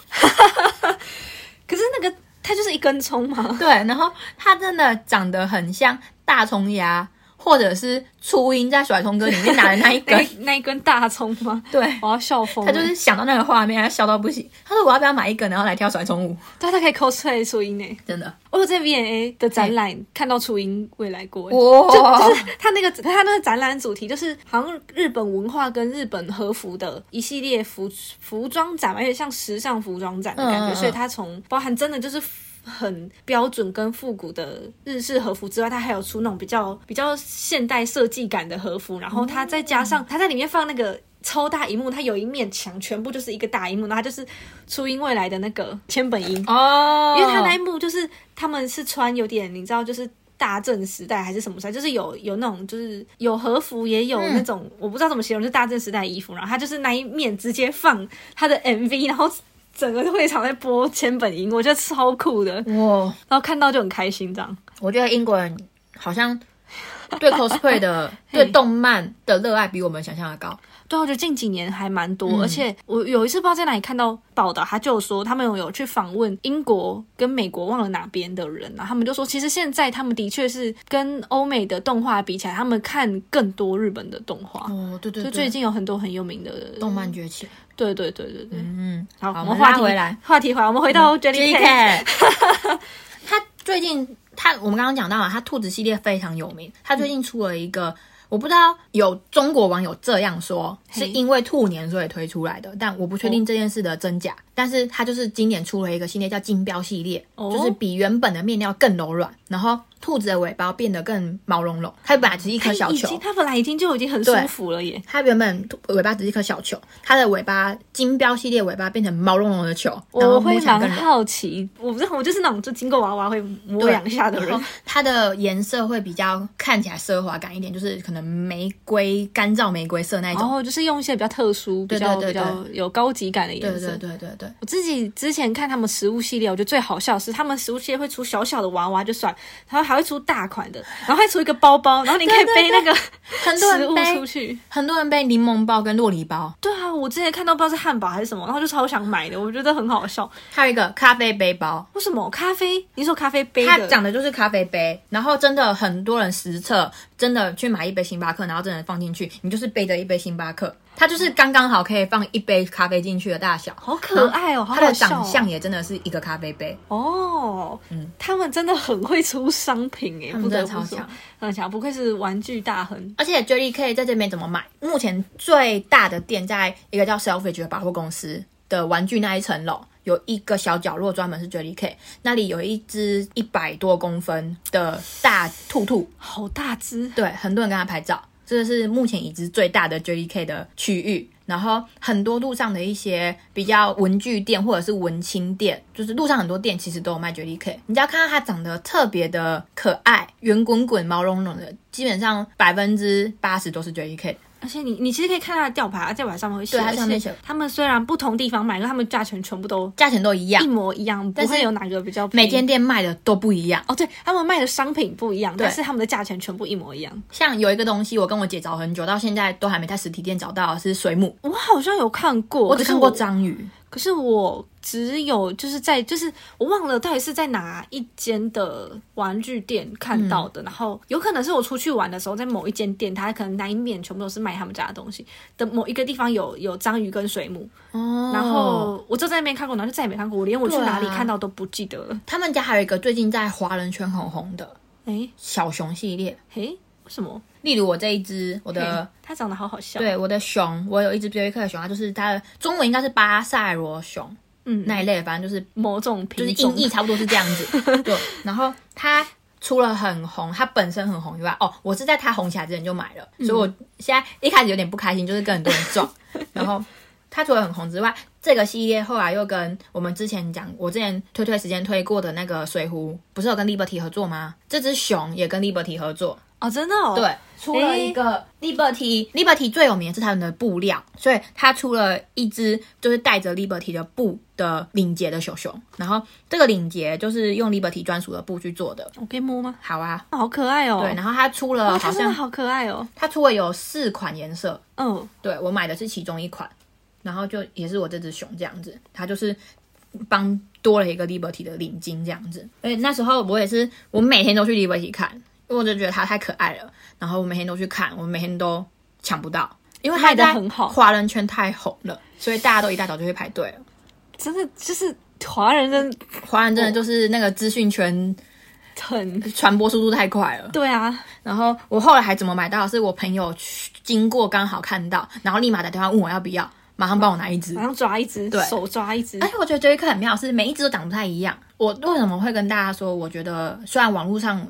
[SPEAKER 2] 可是那个它就是一根葱嘛。
[SPEAKER 1] 对，然后它真的长得很像大葱芽，或者是初音在甩葱歌里面拿的那一
[SPEAKER 2] 那
[SPEAKER 1] 根。哦
[SPEAKER 2] 一那一根大葱吗？
[SPEAKER 1] 对，
[SPEAKER 2] 我要笑疯
[SPEAKER 1] 他
[SPEAKER 2] 了。
[SPEAKER 1] 就是想到那个画面，他笑到不行。他说：“我要不要买一根，然后来跳甩葱舞
[SPEAKER 2] 对，它可以 cosplay 初音诶。？”
[SPEAKER 1] 真的，
[SPEAKER 2] 我有哦在 V&A 的展览看到初音未来过，诶
[SPEAKER 1] 哇！
[SPEAKER 2] 它那个它那个展览主题就是好像日本文化跟日本和服的一系列服服装展嘛，有点像时尚服装展的感
[SPEAKER 1] 嗯
[SPEAKER 2] 觉，
[SPEAKER 1] 嗯嗯
[SPEAKER 2] 所以它从包含真的就是。很标准跟复古的日式和服之外，它还有出那种比较比较现代设计感的和服，然后它再
[SPEAKER 1] 嗯
[SPEAKER 2] 加上它在里面放那个超大荧幕，它有一面墙全部就是一个大荧幕，然后它就是初音未来的那个千本樱
[SPEAKER 1] 哦，
[SPEAKER 2] 因为他那一幕就是他们是穿有点，你知道，就是大正时代还是什么时代，就是有有那种就是有和服，也有那种、我不知道怎么形容，就是大正时代的衣服。然后他就是那一面直接放他的 MV，然后整个会场在播千本樱，我觉得超酷的，
[SPEAKER 1] 哇，
[SPEAKER 2] 然后看到就很开心这样。
[SPEAKER 1] 我觉得英国人好像对 cosplay 的、对动漫的热爱比我们想象的高。
[SPEAKER 2] 对啊，我觉得近几年还蛮多，
[SPEAKER 1] 嗯
[SPEAKER 2] 而且我有一次不知道在哪里看到报道，他就有说他们有有去访问英国跟美国忘了哪边的人啊，他们就说其实现在他们的确是跟欧美的动画比起来，他们看更多日本的动画。
[SPEAKER 1] 哦，对对
[SPEAKER 2] 就最近有很多很有名的
[SPEAKER 1] 动，漫崛起。
[SPEAKER 2] 对对对对对。
[SPEAKER 1] 嗯，
[SPEAKER 2] 好，
[SPEAKER 1] 好
[SPEAKER 2] 我
[SPEAKER 1] 我
[SPEAKER 2] 们
[SPEAKER 1] 们
[SPEAKER 2] 话
[SPEAKER 1] 拉
[SPEAKER 2] 题
[SPEAKER 1] 回来，嗯
[SPEAKER 2] 话题回来，我们回到
[SPEAKER 1] Jelly
[SPEAKER 2] Jelly Cat。
[SPEAKER 1] Cat，他 最近他我们刚刚讲到了，他兔子系列非常有名。他最近出了一个，我不知道有中国网友这样说，
[SPEAKER 2] 嘿哦
[SPEAKER 1] 是因为兔年所以推出来的，但我不确定这件事的真假。但是他就是今年出了一个系列叫金标系列，
[SPEAKER 2] 哦
[SPEAKER 1] 就是比原本的面料更柔软，然后兔子的尾巴变得更毛茸茸。它本来只是一颗小
[SPEAKER 2] 哎已
[SPEAKER 1] 球
[SPEAKER 2] 经，它本来已经就已经很舒服了耶。
[SPEAKER 1] 它原本兔尾巴只是一颗小球，它的尾巴金标系列尾巴变成毛茸茸的球，然后
[SPEAKER 2] 我会
[SPEAKER 1] 摸起来
[SPEAKER 2] 蛮
[SPEAKER 1] 更软。
[SPEAKER 2] 好奇，我不是我就是那种就经过娃娃会摸
[SPEAKER 1] 对
[SPEAKER 2] 两 下的人
[SPEAKER 1] 然后，它的颜色会比较看起来奢华感一点，就是可能玫瑰干燥玫瑰色那一
[SPEAKER 2] 然
[SPEAKER 1] 种。
[SPEAKER 2] 后就是用一些比较特殊、比较
[SPEAKER 1] 对对
[SPEAKER 2] 比
[SPEAKER 1] 对
[SPEAKER 2] 较有高级感的颜
[SPEAKER 1] 对
[SPEAKER 2] 色。
[SPEAKER 1] 对对对对，
[SPEAKER 2] 我自己之前看他们食物系列，我觉得最好笑的是他们食物系列会出小小的娃娃就算，然后还会出大款的，然后还出一个包包，然后你可以背那个
[SPEAKER 1] 很多
[SPEAKER 2] 食
[SPEAKER 1] 人
[SPEAKER 2] 物
[SPEAKER 1] 背
[SPEAKER 2] 出去。
[SPEAKER 1] 很多人背柠檬包跟洛梨包，
[SPEAKER 2] 对啊，我之前看到不知道是汉堡还是什么，然后就超想买的，我觉得很好笑。
[SPEAKER 1] 还有一个咖啡背包，
[SPEAKER 2] 为什么咖啡？你说咖啡杯
[SPEAKER 1] 它
[SPEAKER 2] 的？
[SPEAKER 1] 讲的就是咖啡杯，然后真的很多人实测，真的去买一杯星巴克，然后真的放进去，你就是背着一杯星巴克，它就是刚刚好可以放一杯咖啡进去的大小，
[SPEAKER 2] 好可爱哦，好
[SPEAKER 1] 它的
[SPEAKER 2] 好笑哦
[SPEAKER 1] 长相也真的是一个咖啡杯，
[SPEAKER 2] 哦，他们真的很会出商品哎，
[SPEAKER 1] 他们
[SPEAKER 2] 不得
[SPEAKER 1] 真的
[SPEAKER 2] 不
[SPEAKER 1] 超
[SPEAKER 2] 说
[SPEAKER 1] 强，
[SPEAKER 2] 很强，不愧是玩具大亨。
[SPEAKER 1] 而且 Jelly K 在这边怎么买？目前最大的店在一个叫 Selfridge 的百货公司的玩具那一层楼。有一个小角落专门是 Jelly K，那里有一只一百多公分的大兔兔，
[SPEAKER 2] 好大只，
[SPEAKER 1] 对，很多人跟他拍照，这是目前已知最大的 JDK 的区域。然后很多路上的一些比较文具店或者是文青店，就是路上很多店其实都有卖 JDK。你只要看到它长得特别的可爱、圆滚滚、毛茸茸的，基本上百分之八十都是 JDK。
[SPEAKER 2] 而且你你其实可以看它的吊牌，啊吊牌上面会写，
[SPEAKER 1] 对它上面
[SPEAKER 2] 而且
[SPEAKER 1] 写
[SPEAKER 2] 他们虽然不同地方买，可他们价钱全部都
[SPEAKER 1] 价钱都一样
[SPEAKER 2] 一，模一样，不
[SPEAKER 1] 但是
[SPEAKER 2] 会有哪个比较便宜
[SPEAKER 1] 每间。店卖的都不一样。
[SPEAKER 2] 哦，对他们卖的商品不一样，
[SPEAKER 1] 对
[SPEAKER 2] 但是他们的价钱全部一模一样。
[SPEAKER 1] 像有一个东西，我跟我姐找很久，到现在都还没在实体店找到，是水母。
[SPEAKER 2] 我好像有看过，
[SPEAKER 1] 哦我只
[SPEAKER 2] 可是
[SPEAKER 1] 看过章鱼，
[SPEAKER 2] 可是我只有就是在就是我忘了到底是在哪一间的玩具店看到
[SPEAKER 1] 嗯
[SPEAKER 2] 的，然后有可能是我出去玩的时候，在某一间店，它可能那一面全部都是卖他们家的东西的某一个地方有有章鱼跟水母，
[SPEAKER 1] 哦
[SPEAKER 2] 然后我就在那边看过，然后就再也没看过，我连我去
[SPEAKER 1] 对啊
[SPEAKER 2] 哪里看到都不记得了。
[SPEAKER 1] 他们家还有一个最近在华人圈很红的
[SPEAKER 2] 诶
[SPEAKER 1] 小熊系列，
[SPEAKER 2] 诶，为什么？
[SPEAKER 1] 例如我这一只，我
[SPEAKER 2] 诶
[SPEAKER 1] 的
[SPEAKER 2] 它长得好好笑。，
[SPEAKER 1] 呃对我的熊，我有一只 Billy 克的熊，它就是它的中文应该是巴塞罗熊
[SPEAKER 2] 嗯，
[SPEAKER 1] 那一类，反正就是
[SPEAKER 2] 某种品
[SPEAKER 1] 就是
[SPEAKER 2] 种
[SPEAKER 1] 音译差不多是这样 子。对，然后它除了很红，它本身很红以外，哦，我是在它红起来之前就买了，
[SPEAKER 2] 嗯
[SPEAKER 1] 所以我现在一开始有点不开心，就是跟很多人 撞。然后它除了很红之外，这个系列后来又跟我们之前讲，我之前推推时间推过的那个水壶，不是有跟 Liberty 合作吗？这只熊也跟 Liberty 合作，
[SPEAKER 2] 哦，真的哦，
[SPEAKER 1] 对，出了一个 Liberty，Liberty、Liberty 最有名的是他们的布料，所以它出了一只就是带着 Liberty 的布的领结的熊熊，然后这个领结就是用 Liberty 专属的布去做的。
[SPEAKER 2] 我可以摸吗？
[SPEAKER 1] 好啊，
[SPEAKER 2] 好可爱哦，
[SPEAKER 1] 对，然后它出了
[SPEAKER 2] 哦，
[SPEAKER 1] 好
[SPEAKER 2] 它真的
[SPEAKER 1] 像
[SPEAKER 2] 好可爱哦，
[SPEAKER 1] 它出了有四款颜色，
[SPEAKER 2] 嗯。
[SPEAKER 1] 对我买的是其中一款，然后就也是我这只熊这样子，它就是帮多了一个 Liberty 的领巾这样子。而且那时候我也是，我每天都去 Liberty 看，因为我就觉得它太可爱了，然后我每天都去看，我每天都抢不到，因为它
[SPEAKER 2] 卖得
[SPEAKER 1] 在
[SPEAKER 2] 很好
[SPEAKER 1] 华人圈太红了，所以大家都一大早就去排队了。
[SPEAKER 2] 真的就是华人真的
[SPEAKER 1] 华人真的就是那个资讯圈
[SPEAKER 2] 很
[SPEAKER 1] 传播速度太快了。
[SPEAKER 2] 对啊，
[SPEAKER 1] 然后我后来还怎么买到？是我朋友去经过刚好看到，然后立马打电话问我要不要，马上帮我拿一只
[SPEAKER 2] 马。上抓一只
[SPEAKER 1] 对，哎
[SPEAKER 2] 手抓一只
[SPEAKER 1] 而，且我觉得这一课很妙，是每一只都长得不太一样。我为什么会跟大家说，我觉得虽然网络上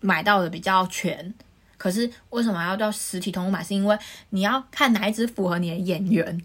[SPEAKER 1] 买到的比较全，可是为什么要到实体通路买？是因为你要看哪一只符合你的眼缘。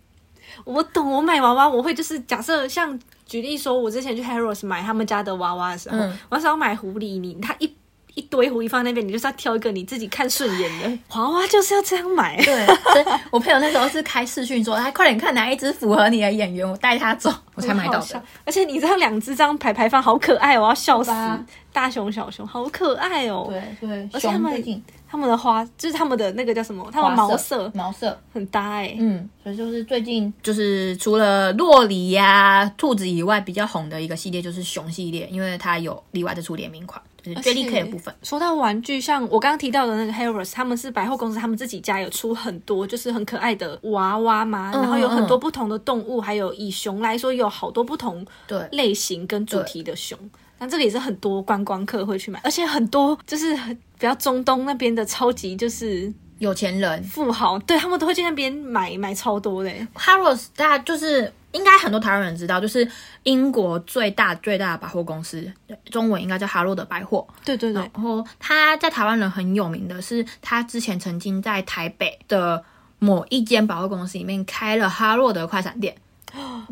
[SPEAKER 2] 我懂，我买娃娃我会就是假设像举例说，我之前去 Harrods 买他们家的娃娃的时候，
[SPEAKER 1] 嗯
[SPEAKER 2] 我想要买狐狸，你它一一堆狐狸放在那边，你就是要挑一个你自己看顺 眼的娃娃，就是要这样买。
[SPEAKER 1] 对， 所以我朋友那时候是开视讯说，哎，快点看哪一只符合你的眼缘，我带他走，我才买到
[SPEAKER 2] 很好
[SPEAKER 1] 的
[SPEAKER 2] 笑。，而且你知道两只这样排排放好可爱哦，我要笑死
[SPEAKER 1] 对啊！
[SPEAKER 2] 大熊小熊好可爱哦，
[SPEAKER 1] 对对，
[SPEAKER 2] 而且他
[SPEAKER 1] 熊
[SPEAKER 2] 们
[SPEAKER 1] 最近
[SPEAKER 2] 他们的花就是他们的那个叫什么，他
[SPEAKER 1] 花
[SPEAKER 2] 们毛色
[SPEAKER 1] 毛色，
[SPEAKER 2] 很搭哎、
[SPEAKER 1] 嗯，所以就是最近就是除了洛梨呀、兔子以外，比较红的一个系列就是熊系列，因为它有另外的出联名款，就是最立 K 的部分。
[SPEAKER 2] 说到玩具，像我刚刚提到的那个 Harrods，他们是百货公司，他们自己家有出很多就是很可爱的娃娃嘛，然后有很多不同的动物，还有以熊来说，有好多不同
[SPEAKER 1] 对
[SPEAKER 2] 类型跟主题的熊。那这个也是很多观光客会去买，而且很多就是很比较中东那边的超级就是
[SPEAKER 1] 有钱人
[SPEAKER 2] 富豪，对他们都会去那边买买超多的欸。
[SPEAKER 1] ，Harrods 大家就是应该很多台湾人知道，就是英国最大最大的百货公司，对中文应该叫哈洛德百货。
[SPEAKER 2] 对对对
[SPEAKER 1] 然，后他在台湾人很有名的是，他之前曾经在台北的某一间百货公司里面开了哈洛德快闪店。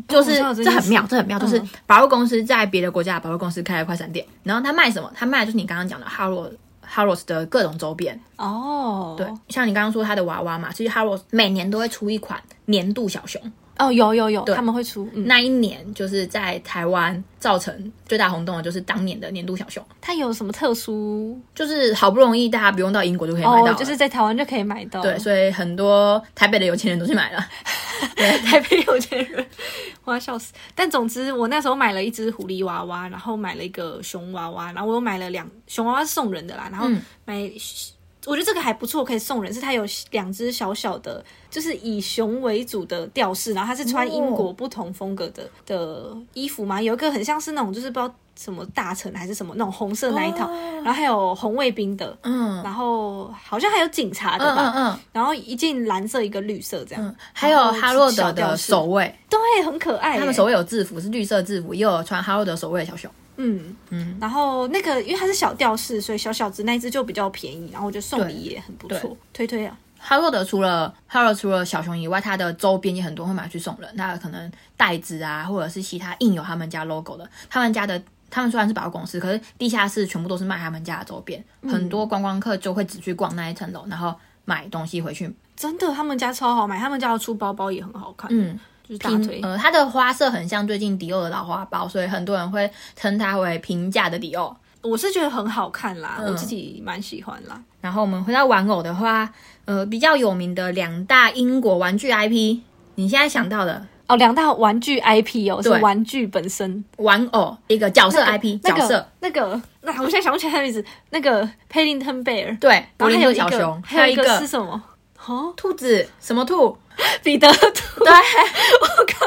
[SPEAKER 1] 就是
[SPEAKER 2] 哦我知道这件事
[SPEAKER 1] 这很妙，这很妙，
[SPEAKER 2] 嗯
[SPEAKER 1] 就是百货公司在别的国家的百货公司开了快闪店，然后他卖什么？他卖的就是你刚刚讲的哈洛哈洛斯的各种周边，
[SPEAKER 2] 哦，
[SPEAKER 1] 对，像你刚刚说他的娃娃嘛，其实哈洛每年都会出一款年度小熊，
[SPEAKER 2] 哦，有有有，
[SPEAKER 1] 对
[SPEAKER 2] 他们会出，嗯，
[SPEAKER 1] 那一年就是在台湾造成最大轰动的就是当年的年度小熊，
[SPEAKER 2] 它有什么特殊？
[SPEAKER 1] 就是好不容易大家不用到英国就可以买到了、
[SPEAKER 2] 哦，就是在台湾就可以买到，
[SPEAKER 1] 对，所以很多台北的有钱人都去买 了。
[SPEAKER 2] 台北有钱人，我要笑死。但总之，我那时候买了一只狐狸娃娃，然后买了一个熊娃娃，然后我又买了两熊娃娃是送人的啦，然后
[SPEAKER 1] 嗯
[SPEAKER 2] 买。我觉得这个还不错，可以送人。是它有两只小小的，就是以熊为主的吊饰，然后它是
[SPEAKER 1] 哦
[SPEAKER 2] 穿英国不同风格的、的衣服嘛，有一个很像是那种就是不知道什么大臣还是什么那种红色那一套，
[SPEAKER 1] 哦
[SPEAKER 2] 然后还有红卫兵的，
[SPEAKER 1] 嗯，
[SPEAKER 2] 然后好像还有警察的
[SPEAKER 1] 嗯
[SPEAKER 2] 吧，
[SPEAKER 1] 嗯嗯
[SPEAKER 2] 然后一件蓝色一个绿色这样，
[SPEAKER 1] 嗯，还有哈洛德的守卫，
[SPEAKER 2] 哎对，很可爱耶。
[SPEAKER 1] 他们守卫有制服，是绿色制服，也有穿哈洛德守卫的小熊。
[SPEAKER 2] 嗯
[SPEAKER 1] 嗯
[SPEAKER 2] 嗯，然后那个因为它是小吊饰，所以小小只那一只就比较便宜，然后我觉得送礼也很不错，推推啊。
[SPEAKER 1] 哈洛德除了哈洛德除了小熊以外，它的周边也很多会买去送人，那可能袋子啊，或者是其他印有他们家 logo 的，他们家的。他们虽然是百货公司，可是地下室全部都是卖他们家的周边，
[SPEAKER 2] 嗯
[SPEAKER 1] 很多观光客就会只去逛那一层楼，然后买东西回去。
[SPEAKER 2] 真的，他们家超好买，他们家的出包包也很好看，
[SPEAKER 1] 嗯，
[SPEAKER 2] 就是大
[SPEAKER 1] 平
[SPEAKER 2] 推。
[SPEAKER 1] 呃，它的花色很像最近迪奥的老花包，所以很多人会称它为平价的迪奥。
[SPEAKER 2] 我是觉得很好看啦，我自己蛮喜欢啦。
[SPEAKER 1] 然后我们回到玩偶的话，呃，比较有名的两大英国玩具 IP，你现在想到的
[SPEAKER 2] 哦，两大玩具 IP 哦，是
[SPEAKER 1] 对
[SPEAKER 2] 玩具本身
[SPEAKER 1] 玩偶一个角色 IP、
[SPEAKER 2] 那
[SPEAKER 1] 角
[SPEAKER 2] 个
[SPEAKER 1] 色，
[SPEAKER 2] 那个，那我现在想不起来他的名字，那个佩林顿贝尔，
[SPEAKER 1] 对，
[SPEAKER 2] 然
[SPEAKER 1] 柏
[SPEAKER 2] 后
[SPEAKER 1] 林
[SPEAKER 2] 还有
[SPEAKER 1] 顿
[SPEAKER 2] 一
[SPEAKER 1] 小
[SPEAKER 2] 个
[SPEAKER 1] 熊，，
[SPEAKER 2] 还有
[SPEAKER 1] 一
[SPEAKER 2] 一个
[SPEAKER 1] 个
[SPEAKER 2] 是什么？哦，
[SPEAKER 1] 兔子，什么兔？
[SPEAKER 2] 彼得兔，
[SPEAKER 1] 对，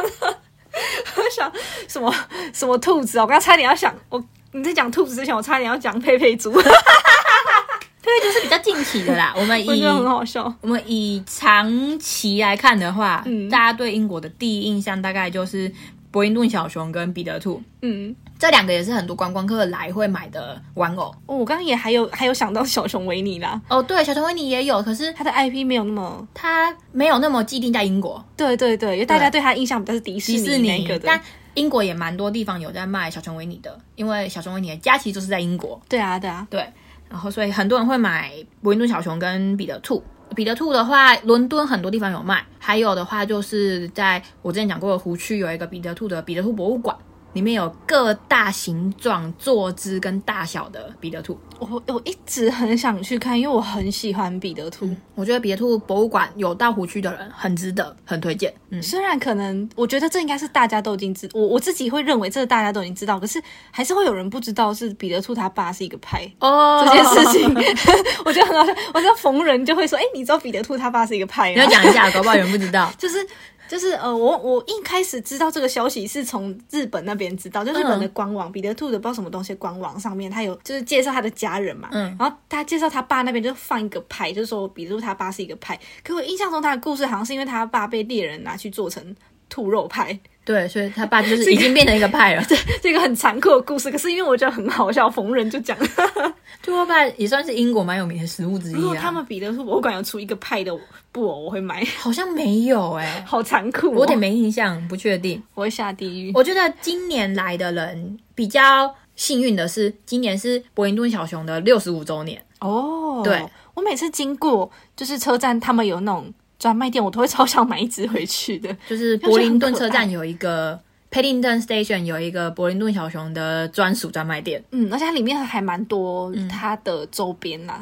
[SPEAKER 2] 我想什么什么兔子啊？我刚刚差点要想，我你在讲兔子之前，我差点要讲佩佩猪，我
[SPEAKER 1] 对，就是比较近期的 啦。我们
[SPEAKER 2] 觉
[SPEAKER 1] 以
[SPEAKER 2] 得很好笑。
[SPEAKER 1] 我们以长期来看的话，
[SPEAKER 2] 嗯
[SPEAKER 1] 大家对英国的第一印象大概就是柏林顿小熊跟彼得兔。
[SPEAKER 2] 嗯，
[SPEAKER 1] 这两个也是很多观光客来会买的玩偶
[SPEAKER 2] 哦，我刚刚也还有还有想到小熊维尼啦，
[SPEAKER 1] 哦。对，小熊维尼也有，可是
[SPEAKER 2] 他的 IP 没有那么，
[SPEAKER 1] 它没有那么既定在英国
[SPEAKER 2] 对对对，因为大家对他印象比较是迪士
[SPEAKER 1] 迪士
[SPEAKER 2] 尼那
[SPEAKER 1] 尼
[SPEAKER 2] 一个，的，
[SPEAKER 1] 但英国也蛮多地方有在卖小熊维尼的，因为小熊维尼的假期就是在英国。
[SPEAKER 2] 对啊对啊，
[SPEAKER 1] 对，然后所以很多人会买伯林顿小熊跟彼得兔。彼得兔的话，伦敦很多地方有卖，还有的话就是在我之前讲过的湖区有一个彼得兔的彼得兔博物馆，里面有各大形状、坐姿跟大小的彼得兔。
[SPEAKER 2] 我我一直很想去看，因为我很喜欢彼得兔，
[SPEAKER 1] 我觉得彼得兔博物馆有到湖区的人很值得，很推荐。嗯，
[SPEAKER 2] 虽然可能我觉得这应该是大家都已经知，我我自己会认为这大家都已经知道，可是还是会有人不知道是彼得兔他爸是一个 派。
[SPEAKER 1] 哦
[SPEAKER 2] 这件事 情， 我觉得很好笑。我知道逢人就会说：“哎、你知道彼得兔他爸是一个派
[SPEAKER 1] 你要
[SPEAKER 2] 吗
[SPEAKER 1] 讲一下，搞不好有人不知 道？”。
[SPEAKER 2] 就是就是呃，我我一开始知道这个消息是从日本那边知道，就日本的
[SPEAKER 1] 嗯
[SPEAKER 2] 官网、彼得兔的不知道什么东西官网上面，他有就是介绍他的家人嘛，
[SPEAKER 1] 嗯
[SPEAKER 2] 然后他介绍他爸那边就放一个派，就是说彼得兔他爸是一个派。可我印象中他的故事好像是因为他爸被猎人拿去做成兔肉派，
[SPEAKER 1] 对，所以他爸就是已经变成一个派了。
[SPEAKER 2] 这个很残酷的故事。可是因为我觉得很好笑，逢人就讲。
[SPEAKER 1] 兔肉派也算是英国蛮有名的食物之
[SPEAKER 2] 如
[SPEAKER 1] 一
[SPEAKER 2] 果他
[SPEAKER 1] 啊。
[SPEAKER 2] 们彼得兔博物馆有出一个派的布偶，我会买。
[SPEAKER 1] 好像没有哎、
[SPEAKER 2] 好残酷、哦，
[SPEAKER 1] 我有点没印象，不确定。
[SPEAKER 2] 我会下地狱。
[SPEAKER 1] 我觉得今年来的人比较幸运的是，今年是柏林顿小熊的六十五周年。
[SPEAKER 2] 哦，
[SPEAKER 1] 对，
[SPEAKER 2] 我每次经过就是车站，他们有那种专卖店，我都会超想买一只回去的。
[SPEAKER 1] 就是柏林顿车
[SPEAKER 2] 那就很可
[SPEAKER 1] 站
[SPEAKER 2] 爱
[SPEAKER 1] 有一个 Paddington Station 有一个柏林顿小熊的专属专卖店，
[SPEAKER 2] 嗯，而且它里面还蛮多它的周边啦、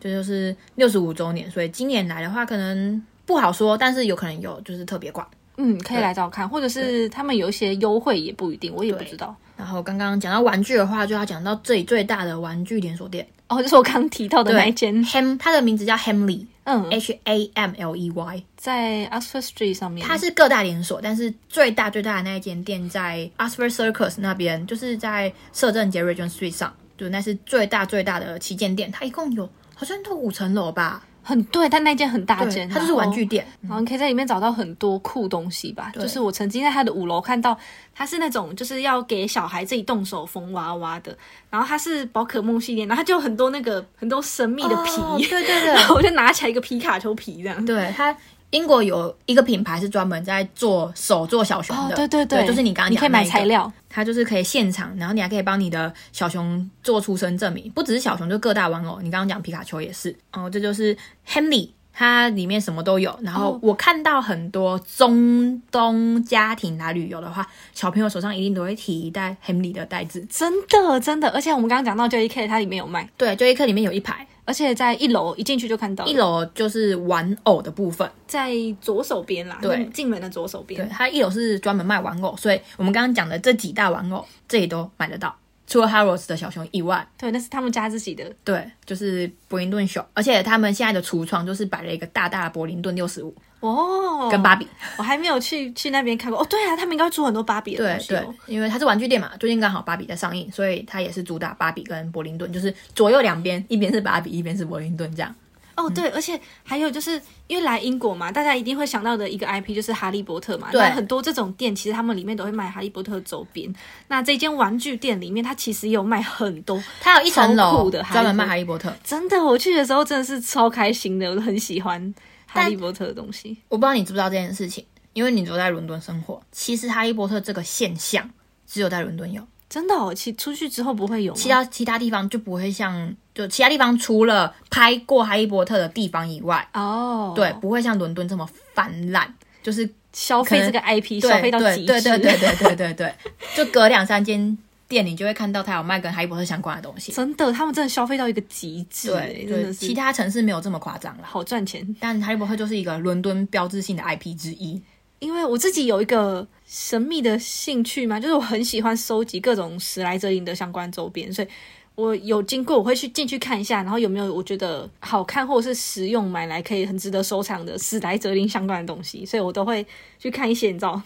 [SPEAKER 1] 这就是六十五周年，所以今年来的话可能不好说，但是有可能有就是特别款。
[SPEAKER 2] 嗯，可以来找看，或者是他们有一些优惠也不一定，我也不知道。
[SPEAKER 1] 然后刚刚讲到玩具的话，就要讲到这里最大的玩具连锁店，
[SPEAKER 2] 哦，就是我刚提到的那一间，
[SPEAKER 1] Ham，它的名字叫 Hamley
[SPEAKER 2] 嗯，
[SPEAKER 1] H A M L E Y，
[SPEAKER 2] 在 Oxford Street 上面，
[SPEAKER 1] 它是各大连锁，但是最大最大的那一间店在 Oxford Circus 那边，就是在摄政街 Regent Street 上，对，那是最大最大的旗舰店，它一共有好像都五层楼吧，
[SPEAKER 2] 很对，但那间很大
[SPEAKER 1] 对，
[SPEAKER 2] 间，
[SPEAKER 1] 它就是玩具
[SPEAKER 2] 然后
[SPEAKER 1] 店，嗯
[SPEAKER 2] 然后你可以在里面找到很多酷东西吧。
[SPEAKER 1] 对
[SPEAKER 2] 就是我曾经在它的五楼看到，它是那种就是要给小孩自己动手缝娃娃的，然后它是宝可梦系列，然后它就有很多那个很多神秘的皮，
[SPEAKER 1] 哦对对对
[SPEAKER 2] 然，后我就拿起来一个皮卡丘皮这样。
[SPEAKER 1] 对它。英国有一个品牌是专门在做手做小熊
[SPEAKER 2] 哦
[SPEAKER 1] 的，，
[SPEAKER 2] 对对对，
[SPEAKER 1] 就是你刚刚
[SPEAKER 2] 你
[SPEAKER 1] 讲
[SPEAKER 2] 可以
[SPEAKER 1] 的那
[SPEAKER 2] 买
[SPEAKER 1] 一个
[SPEAKER 2] 材料，
[SPEAKER 1] 它就是可以现场，然后你还可以帮你的小熊做出生证明，不只是小熊，就各大玩偶。你刚刚讲皮卡丘也是，哦，这就是 Henley，它里面什么都有。然后
[SPEAKER 2] 哦
[SPEAKER 1] 我看到很多中东家庭来旅游的话，小朋友手上一定都会提一袋 Henley 的袋子。
[SPEAKER 2] 真的真的，而且我们刚刚讲到 JK 它里面有卖，
[SPEAKER 1] 对，就一课里面有一排，
[SPEAKER 2] 而且在一楼一进去就看到了，
[SPEAKER 1] 一楼就是玩偶的部分，
[SPEAKER 2] 在左手边啦，
[SPEAKER 1] 对
[SPEAKER 2] 那进门的左手
[SPEAKER 1] 对，
[SPEAKER 2] 边。
[SPEAKER 1] 它一楼是专门卖玩偶，所以我们刚刚讲的这几大玩偶，这里都买得到，除了 Harrods 的小熊以外。
[SPEAKER 2] 对，那是他们家自己的，
[SPEAKER 1] 对，就是柏林顿熊，而且他们现在的橱窗就是摆了一个大大的柏林顿六十五
[SPEAKER 2] 哦，
[SPEAKER 1] 跟芭比。
[SPEAKER 2] 我还没有去去那边看过。哦，对啊，他们应该出很多芭比的
[SPEAKER 1] 对
[SPEAKER 2] 东西、
[SPEAKER 1] 对
[SPEAKER 2] 哦。，
[SPEAKER 1] 因为它是玩具店嘛，最近刚好芭比在上映，所以它也是主打芭比跟柏林顿，就是左右两边，一边是芭比，一边是柏林顿这样。
[SPEAKER 2] 哦，
[SPEAKER 1] 嗯
[SPEAKER 2] 对，而且还有就是因为来英国嘛，大家一定会想到的一个 IP 就是哈利波特嘛。
[SPEAKER 1] 对
[SPEAKER 2] 那很多这种店其实他们里面都会卖哈利波特的周边。那这间玩具店里面，它其实也有卖很多。
[SPEAKER 1] 它有一层
[SPEAKER 2] 超
[SPEAKER 1] 楼
[SPEAKER 2] 酷的哈利波特
[SPEAKER 1] 专门卖哈利波特。
[SPEAKER 2] 真的，哦我去的时候真的是超开心的，我很喜欢哈
[SPEAKER 1] 但
[SPEAKER 2] 利波特的东西。
[SPEAKER 1] 我不知道你知不知道这件事情，因为你都在伦敦生活。其实哈利波特这个现象只有在伦敦有，
[SPEAKER 2] 真的、哦，其出去之后不会有吗
[SPEAKER 1] 其他其他地方就不会像，就其他地方除了拍过哈利波特的地方以外，
[SPEAKER 2] 哦，
[SPEAKER 1] 对，不会像伦敦这么泛滥，就是
[SPEAKER 2] 消费
[SPEAKER 1] 可能
[SPEAKER 2] 这个 IP
[SPEAKER 1] 对
[SPEAKER 2] 消费到
[SPEAKER 1] 对
[SPEAKER 2] 极致，
[SPEAKER 1] 对对对对对对对，就隔两三间店，你就会看到它有卖跟哈利波特相关的东西。
[SPEAKER 2] 真的，他们真的消费到一个极致，
[SPEAKER 1] 对
[SPEAKER 2] 哎真
[SPEAKER 1] 对，
[SPEAKER 2] 的是
[SPEAKER 1] 其他城市没有这么夸张啦。
[SPEAKER 2] 好赚钱。
[SPEAKER 1] 但哈利波特就是一个伦敦标志性的 IP 之一。
[SPEAKER 2] 因为我自己有一个神秘的兴趣嘛，就是我很喜欢收集各种史莱哲林的相关周边，所以我有经过我会去进去看一下，然后有没有我觉得好看或者是实用，买来可以很值得收藏的史莱哲林相关的东西，所以我都会去看一些你知道。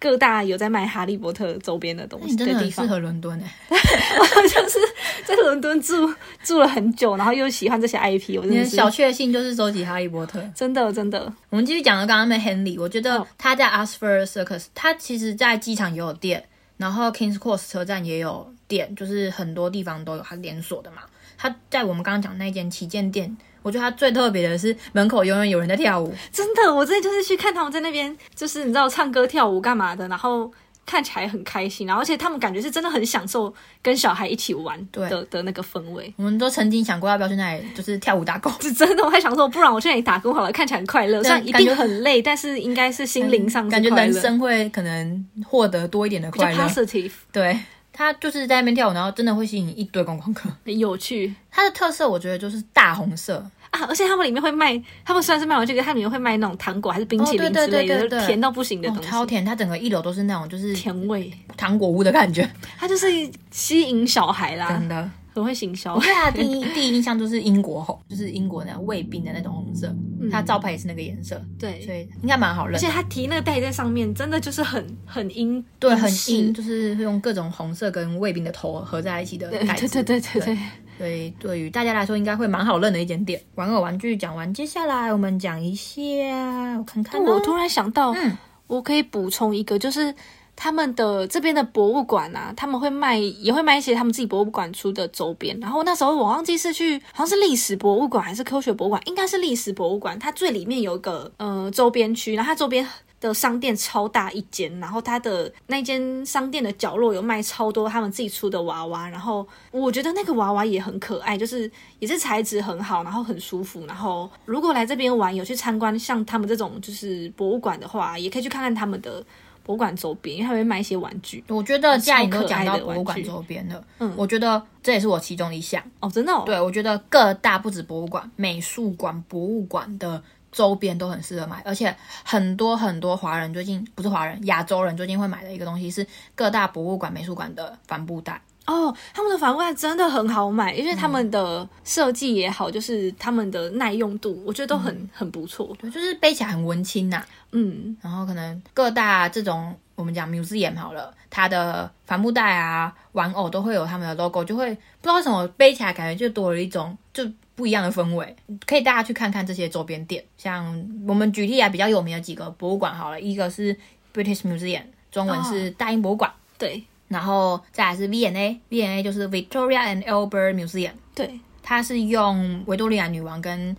[SPEAKER 2] 各大有在卖哈利波特周边的东
[SPEAKER 1] 那哎
[SPEAKER 2] 西
[SPEAKER 1] 你真的
[SPEAKER 2] 的地
[SPEAKER 1] 很适
[SPEAKER 2] 方，
[SPEAKER 1] 合伦敦诶、欸
[SPEAKER 2] 就是在伦敦住住了很久，然后又喜欢这些 IP，我真
[SPEAKER 1] 你
[SPEAKER 2] 的
[SPEAKER 1] 的
[SPEAKER 2] 是
[SPEAKER 1] 小确幸就是收集哈利波特。
[SPEAKER 2] 真的真的
[SPEAKER 1] 我们继续讲到刚刚那 Henley，我觉得
[SPEAKER 2] 哦
[SPEAKER 1] 他在 Oxford Circus，他其实在机场也有店，然后 Kings Cross 车站也有店，就是很多地方都有它连锁的嘛。他在我们刚刚讲那间旗舰店，我觉得他最特别的是门口永远有人在跳舞，
[SPEAKER 2] 真的，我真的就是去看他们在那边，就是你知道唱歌跳舞干嘛的，然后看起来很开心，然后而且他们感觉是真的很享受跟小孩一起玩
[SPEAKER 1] 对
[SPEAKER 2] 的的那个氛围。
[SPEAKER 1] 我们都曾经想过要不要去那里就是跳舞打工，
[SPEAKER 2] 是真的，我还想说，不然我去那里打工好了，看起来很快乐，
[SPEAKER 1] 对
[SPEAKER 2] 虽然一
[SPEAKER 1] 感觉
[SPEAKER 2] 定很累，但是应该是心灵上
[SPEAKER 1] 嗯
[SPEAKER 2] 是
[SPEAKER 1] 感觉
[SPEAKER 2] 快乐
[SPEAKER 1] 人生会可能获得多一点的
[SPEAKER 2] 比较
[SPEAKER 1] 快乐。
[SPEAKER 2] positive，
[SPEAKER 1] 对他就是在那边跳舞，然后真的会吸引一堆观光客。
[SPEAKER 2] 很有趣
[SPEAKER 1] 它的特色我觉得就是大红色，
[SPEAKER 2] 啊！而且他们里面会卖，他们虽然是卖玩具，可是他们里面会卖那种糖果还是冰淇
[SPEAKER 1] 哦
[SPEAKER 2] 淋
[SPEAKER 1] 对
[SPEAKER 2] 之
[SPEAKER 1] 对
[SPEAKER 2] 类的，
[SPEAKER 1] 对对对
[SPEAKER 2] 就是甜到不行的
[SPEAKER 1] 哦
[SPEAKER 2] 东西，
[SPEAKER 1] 超甜，它整个一楼都是那种就是
[SPEAKER 2] 甜味，
[SPEAKER 1] 糖果屋的感觉，
[SPEAKER 2] 它就是吸引小孩啦
[SPEAKER 1] 真，的。
[SPEAKER 2] 很会行销
[SPEAKER 1] 啊我。对啊 它的第一第一印象就是英国红，就是英国那种卫兵的那种红色，它招牌也是那个颜色，
[SPEAKER 2] 嗯对
[SPEAKER 1] 所以应该蛮好认
[SPEAKER 2] 而且。他提那个袋子在上面，真的就是很很英，
[SPEAKER 1] 对，很
[SPEAKER 2] 式
[SPEAKER 1] 硬，就是会用各种红色跟卫兵的头合在一起的
[SPEAKER 2] 对
[SPEAKER 1] 袋
[SPEAKER 2] 对
[SPEAKER 1] 子。
[SPEAKER 2] 对对对对，
[SPEAKER 1] 所以对于大家来说，应该会蛮好认的一间店。玩偶玩具讲完，接下来我们讲一下，我看看、
[SPEAKER 2] 但
[SPEAKER 1] 哦。
[SPEAKER 2] 我突然想到，
[SPEAKER 1] 嗯
[SPEAKER 2] 我可以补充一个，就是他们的这边的博物馆啊，他们会卖，也会卖一些他们自己博物馆出的周边。然后那时候我忘记是去，好像是历史博物馆还是科学博物馆，应该是历史博物馆。它最里面有一个呃周边区，然后它周边。的商店超大一间，然后它的那间商店的角落有卖超多他们自己出的娃娃，然后我觉得那个娃娃也很可爱，就是也是材质很好，然后很舒服。然后如果来这边玩，有去参观像他们这种就是博物馆的话，也可以去看看他们的博物馆周边，因为他们会卖一些玩具。
[SPEAKER 1] 我觉得既然你都
[SPEAKER 2] 超可
[SPEAKER 1] 讲
[SPEAKER 2] 爱的
[SPEAKER 1] 到博物
[SPEAKER 2] 玩
[SPEAKER 1] 馆
[SPEAKER 2] 具
[SPEAKER 1] 周边了，
[SPEAKER 2] 嗯
[SPEAKER 1] 我觉得这也是我其中一项。
[SPEAKER 2] 哦，真的哦，
[SPEAKER 1] 对，我觉得各大不止博物馆、美术馆、博物馆的周边都很适合买，而且很多很多华人最近不是华人，亚洲人最近会买的一个东西是各大博物馆、美术馆的帆布袋。
[SPEAKER 2] 哦，他们的帆布袋真的很好买，因为
[SPEAKER 1] 嗯
[SPEAKER 2] 他们的设计也好，就是他们的耐用度，我觉得都很、
[SPEAKER 1] 嗯
[SPEAKER 2] 很不错。
[SPEAKER 1] 对，就是背起来很文青呐、
[SPEAKER 2] 嗯，
[SPEAKER 1] 然后可能各大这种我们讲 museum 好了，它的帆布袋啊、玩偶都会有他们的 logo，就会不知道为什么背起来感觉就多了一种就。不一样的氛围，可以大家去看看这些周边店。像我们举例啊，比较有名的几个博物馆好了，一个是 British Museum，中文是大英博物馆，
[SPEAKER 2] 对
[SPEAKER 1] 然后再来是 V&A，V&A 就是 Victoria and Albert Museum，
[SPEAKER 2] 对，
[SPEAKER 1] 它是用维多利亚女王跟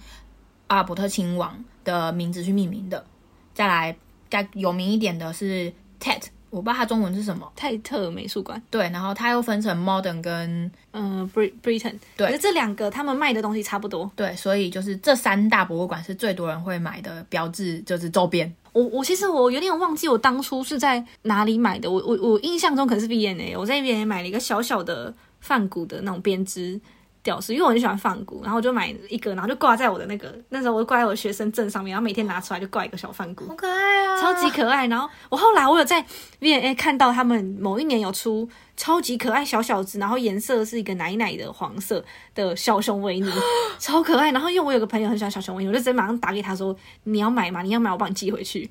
[SPEAKER 1] 阿尔伯特亲王的名字去命名的。再来，再有名一点的是 TET，我不知道它中文是什么。
[SPEAKER 2] 泰特美术馆，
[SPEAKER 1] 对，然后它又分成 Modern 跟
[SPEAKER 2] 嗯、b r i Britain，
[SPEAKER 1] 对
[SPEAKER 2] 可是这两个他们卖的东西差不多。
[SPEAKER 1] 对，所以就是这三大博物馆是最多人会买的标志，就是周边。
[SPEAKER 2] 我我其实我有点忘记我当初是在哪里买的，我我我印象中可能是 V&A，我在 V&A 买了一个小小的梵谷的那种编织吊饰，因为我很喜欢梵谷，然后我就买一个，然后就挂在我的那个那时候我就挂在我的学生证上面，然后每天拿出来就挂一个小梵谷。
[SPEAKER 1] 可爱啊
[SPEAKER 2] 超级可爱。然后我后来我有在 V&A 看到他们某一年有出超级可爱小小只，然后颜色是一个奶奶的黄色的小熊维尼，超可爱。然后因为我有个朋友很喜欢小熊维尼，我就直接马上打给他说你要买吗？你要买我帮你寄回去。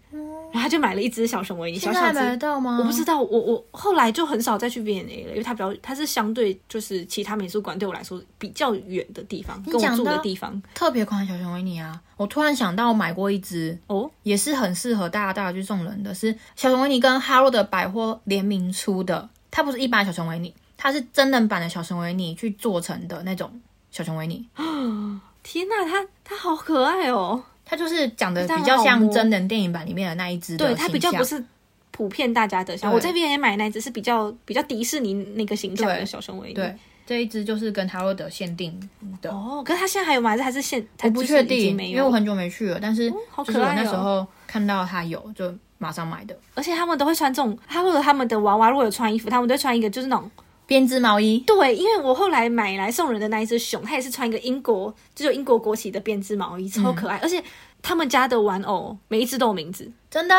[SPEAKER 2] 然后他就买了一只小熊维尼，
[SPEAKER 1] 嗯
[SPEAKER 2] 小
[SPEAKER 1] 现在
[SPEAKER 2] 小
[SPEAKER 1] 还
[SPEAKER 2] 只。
[SPEAKER 1] 买得到吗？
[SPEAKER 2] 我不知道，我我后来就很少再去 V&A 了，因为它比较，它是相对就是其他美术馆对我来说比较远的地方，跟我
[SPEAKER 1] 讲
[SPEAKER 2] 住的
[SPEAKER 1] 到
[SPEAKER 2] 地方
[SPEAKER 1] 特别款小熊维尼啊！我突然想到，我买过一只，
[SPEAKER 2] 哦，
[SPEAKER 1] 也是很适合大家带去送人的，是小熊维尼跟哈罗德百货联名出的。它不是一般的小熊维尼，它是真人版的小熊维尼去做成的那种小熊维尼。
[SPEAKER 2] 天呐，它它好可爱哦！
[SPEAKER 1] 它就是讲的
[SPEAKER 2] 但
[SPEAKER 1] 比较
[SPEAKER 2] 好
[SPEAKER 1] 像
[SPEAKER 2] 摸
[SPEAKER 1] 真人电影版里面的那一只的
[SPEAKER 2] 对，它比较
[SPEAKER 1] 形象
[SPEAKER 2] 不是普遍大家的像。
[SPEAKER 1] 对
[SPEAKER 2] 我在 V&A 买那只是比较比较迪士尼那个形象的小熊维尼。
[SPEAKER 1] 对，这一只就是跟哈罗德限定的。
[SPEAKER 2] 哦，可是它现在还有吗？还是还是现？
[SPEAKER 1] 我
[SPEAKER 2] 我
[SPEAKER 1] 不确
[SPEAKER 2] 已经
[SPEAKER 1] 定，
[SPEAKER 2] 没
[SPEAKER 1] 因
[SPEAKER 2] 有。
[SPEAKER 1] 为我很久没去了，但是
[SPEAKER 2] 好
[SPEAKER 1] 就是
[SPEAKER 2] 可
[SPEAKER 1] 我
[SPEAKER 2] 爱
[SPEAKER 1] 那时候
[SPEAKER 2] 哦！
[SPEAKER 1] 看到它有，就马上买的
[SPEAKER 2] 而且他们都会穿这种，他或者他们的娃娃如果有穿衣服，他们都会穿一个就是那种
[SPEAKER 1] 编织毛衣。
[SPEAKER 2] 对，因为我后来买来送人的那一只熊，它也是穿一个英国，就是有英国国旗的编织毛衣，
[SPEAKER 1] 嗯
[SPEAKER 2] 超可爱。而且他们家的玩偶每一只都有名字，
[SPEAKER 1] 真的，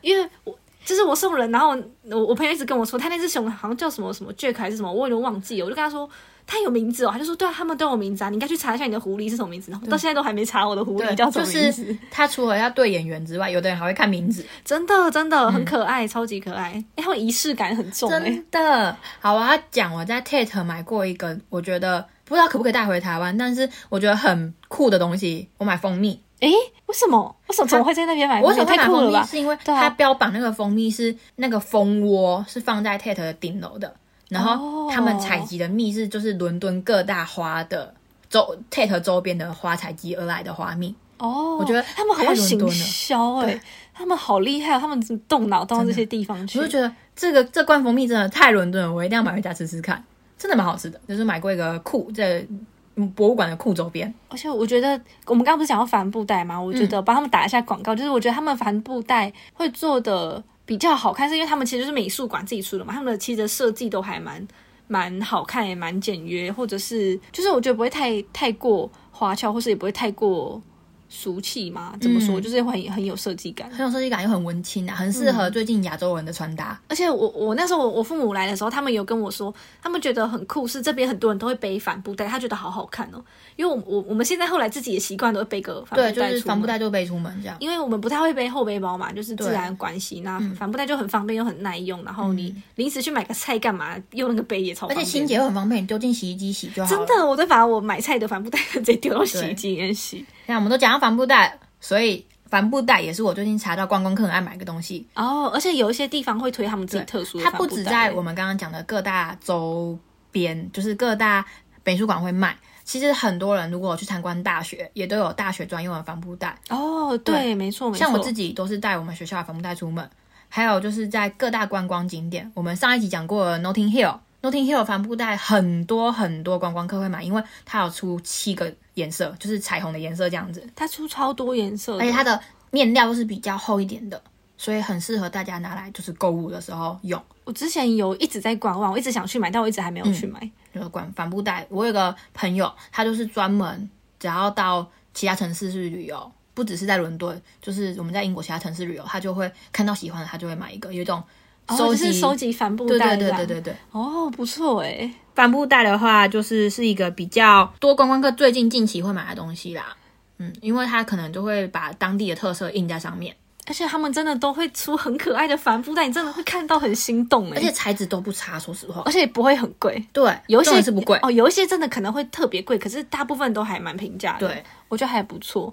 [SPEAKER 2] 因为我就是我送人，然后我我朋友一直跟我说，他那只熊好像叫什么什么 Jack 还是什么，我有点忘记哦了。我就跟他说，它有名字哦，他就说对啊，他们都有名字啊，你应该去查一下你的狐狸是什么名字。然后到现在都还没查我的狐狸
[SPEAKER 1] 对，
[SPEAKER 2] 叫什
[SPEAKER 1] 就
[SPEAKER 2] 么名
[SPEAKER 1] 是
[SPEAKER 2] 字，
[SPEAKER 1] 它除了要对演员之外，有的人还会看名字。
[SPEAKER 2] 真的真的很可爱，超级可爱。哎，他们仪式感很重哎、
[SPEAKER 1] 真的，好，我要讲我在 Tate 买过一个，我觉得不知道可不可以带回台湾，但是我觉得很酷的东西。我买蜂蜜，
[SPEAKER 2] 哎，为什么？为什么怎么会在那边买？
[SPEAKER 1] 我为什么会
[SPEAKER 2] 哎太
[SPEAKER 1] 买
[SPEAKER 2] 酷
[SPEAKER 1] 蜂
[SPEAKER 2] 了
[SPEAKER 1] 蜜？
[SPEAKER 2] 吧？
[SPEAKER 1] 是因为
[SPEAKER 2] 对啊
[SPEAKER 1] 它标榜那个蜂蜜是那个蜂窝是放在 Tate 的顶楼的，然后
[SPEAKER 2] 哦
[SPEAKER 1] 他们采集的蜜是就是伦敦各大花的周 Tate 周边的花采集而来的花蜜。
[SPEAKER 2] 哦，
[SPEAKER 1] 我觉得
[SPEAKER 2] 他们很
[SPEAKER 1] 太
[SPEAKER 2] 会
[SPEAKER 1] 伦
[SPEAKER 2] 行
[SPEAKER 1] 敦了
[SPEAKER 2] 销哎、
[SPEAKER 1] 对
[SPEAKER 2] 他们好厉害哦，他们怎么动脑到这些地方去
[SPEAKER 1] 我就。觉得这个这罐蜂蜜真的太伦敦了，我一定要买回家吃吃看，真的蛮好吃的。就是买过一个酷这嗯博物馆的酷周边，
[SPEAKER 2] 而且我觉得，我们刚刚不是讲到帆布袋吗？我觉
[SPEAKER 1] 嗯
[SPEAKER 2] 得帮他们打一下广告，就是我觉得他们帆布袋会做的比较好看，是因为他们其实就是美术馆自己出的嘛，他们的其实设计都还蛮蛮好看，也蛮简约，或者是就是我觉得不会太太过花俏，或是也不会太过俗气嘛。怎么说，
[SPEAKER 1] 嗯
[SPEAKER 2] 就是会很很有设计感。
[SPEAKER 1] 很有设计感又很文青啊，很适
[SPEAKER 2] 嗯
[SPEAKER 1] 合最近亚洲人的穿搭。
[SPEAKER 2] 而且我我那时候我我父母来的时候，他们有跟我说，他们觉得很酷，是这边很多人都会背帆布袋，他觉得好好看哦。因为我我我们现在后来自己也习惯都会背个帆布
[SPEAKER 1] 对，
[SPEAKER 2] 袋
[SPEAKER 1] 就是
[SPEAKER 2] 出
[SPEAKER 1] 帆布
[SPEAKER 2] 门
[SPEAKER 1] 袋就背出门这样。
[SPEAKER 2] 因为我们不太会背后背包嘛，就是自
[SPEAKER 1] 对嗯
[SPEAKER 2] 然关系，那帆布袋就很方便又很耐用。然后你临时去买个菜干嘛，用那个背也超
[SPEAKER 1] 而且
[SPEAKER 2] 方便。
[SPEAKER 1] 清洁又很方便，你丢进洗衣机洗就好
[SPEAKER 2] 真
[SPEAKER 1] 了。
[SPEAKER 2] 的，我都把我买菜的帆布袋直接丢到洗衣机里面洗。
[SPEAKER 1] 那我们都讲到帆布袋，所以帆布袋也是我最近查到观光客很爱买的东西。
[SPEAKER 2] 哦，而且有一些地方会推他们自己特殊的
[SPEAKER 1] 它
[SPEAKER 2] 帆
[SPEAKER 1] 不
[SPEAKER 2] 布袋。
[SPEAKER 1] 止在我们刚刚讲的各大周边，就是各大美术馆会卖。其实很多人如果去参观大学，也都有大学专用的帆布袋。
[SPEAKER 2] 哦，对，没错没错。
[SPEAKER 1] 像我自己都是带我们学校的帆布袋出门，还有就是在各大观光景点，我们上一集讲过的 Notting Hill。Notting Hill 帆布袋很多很多观光客会买，因为它有出七个颜色，就是彩虹的颜色这样子，
[SPEAKER 2] 它出超多颜色的，
[SPEAKER 1] 而且它的面料都是比较厚一点的，所以很适合大家拿来就是购物的时候用。
[SPEAKER 2] 我之前有一直在观望，我一直想去买，但我一直还没有去买。
[SPEAKER 1] 就是管帆布袋。我有个朋友，他就是专门只要到其他城市去旅游，不只是在伦敦，就是我们在英国其他城市旅游，他就会看到喜欢的，他就会买一个，有一种
[SPEAKER 2] 哦，
[SPEAKER 1] 收
[SPEAKER 2] 就是
[SPEAKER 1] 集。
[SPEAKER 2] 收集帆布
[SPEAKER 1] 对对
[SPEAKER 2] 袋这
[SPEAKER 1] 对
[SPEAKER 2] 样，
[SPEAKER 1] 对对对，
[SPEAKER 2] 哦，不错哎，
[SPEAKER 1] 帆布袋的话，就是是一个比较多观光客最近近期会买的东西啦。嗯，因为他可能就会把当地的特色印在上面。
[SPEAKER 2] 哎而且他们真的都会出很可爱的帆布袋，你真的会看到很心动哎、
[SPEAKER 1] 而且材质都不差，说实话
[SPEAKER 2] 而。且也不会很贵，
[SPEAKER 1] 对，
[SPEAKER 2] 有一
[SPEAKER 1] 重
[SPEAKER 2] 些
[SPEAKER 1] 点是不贵。
[SPEAKER 2] 哦，有一些真的可能会特别贵，可是大部分都还蛮平价的。
[SPEAKER 1] 对，
[SPEAKER 2] 我觉得还不错。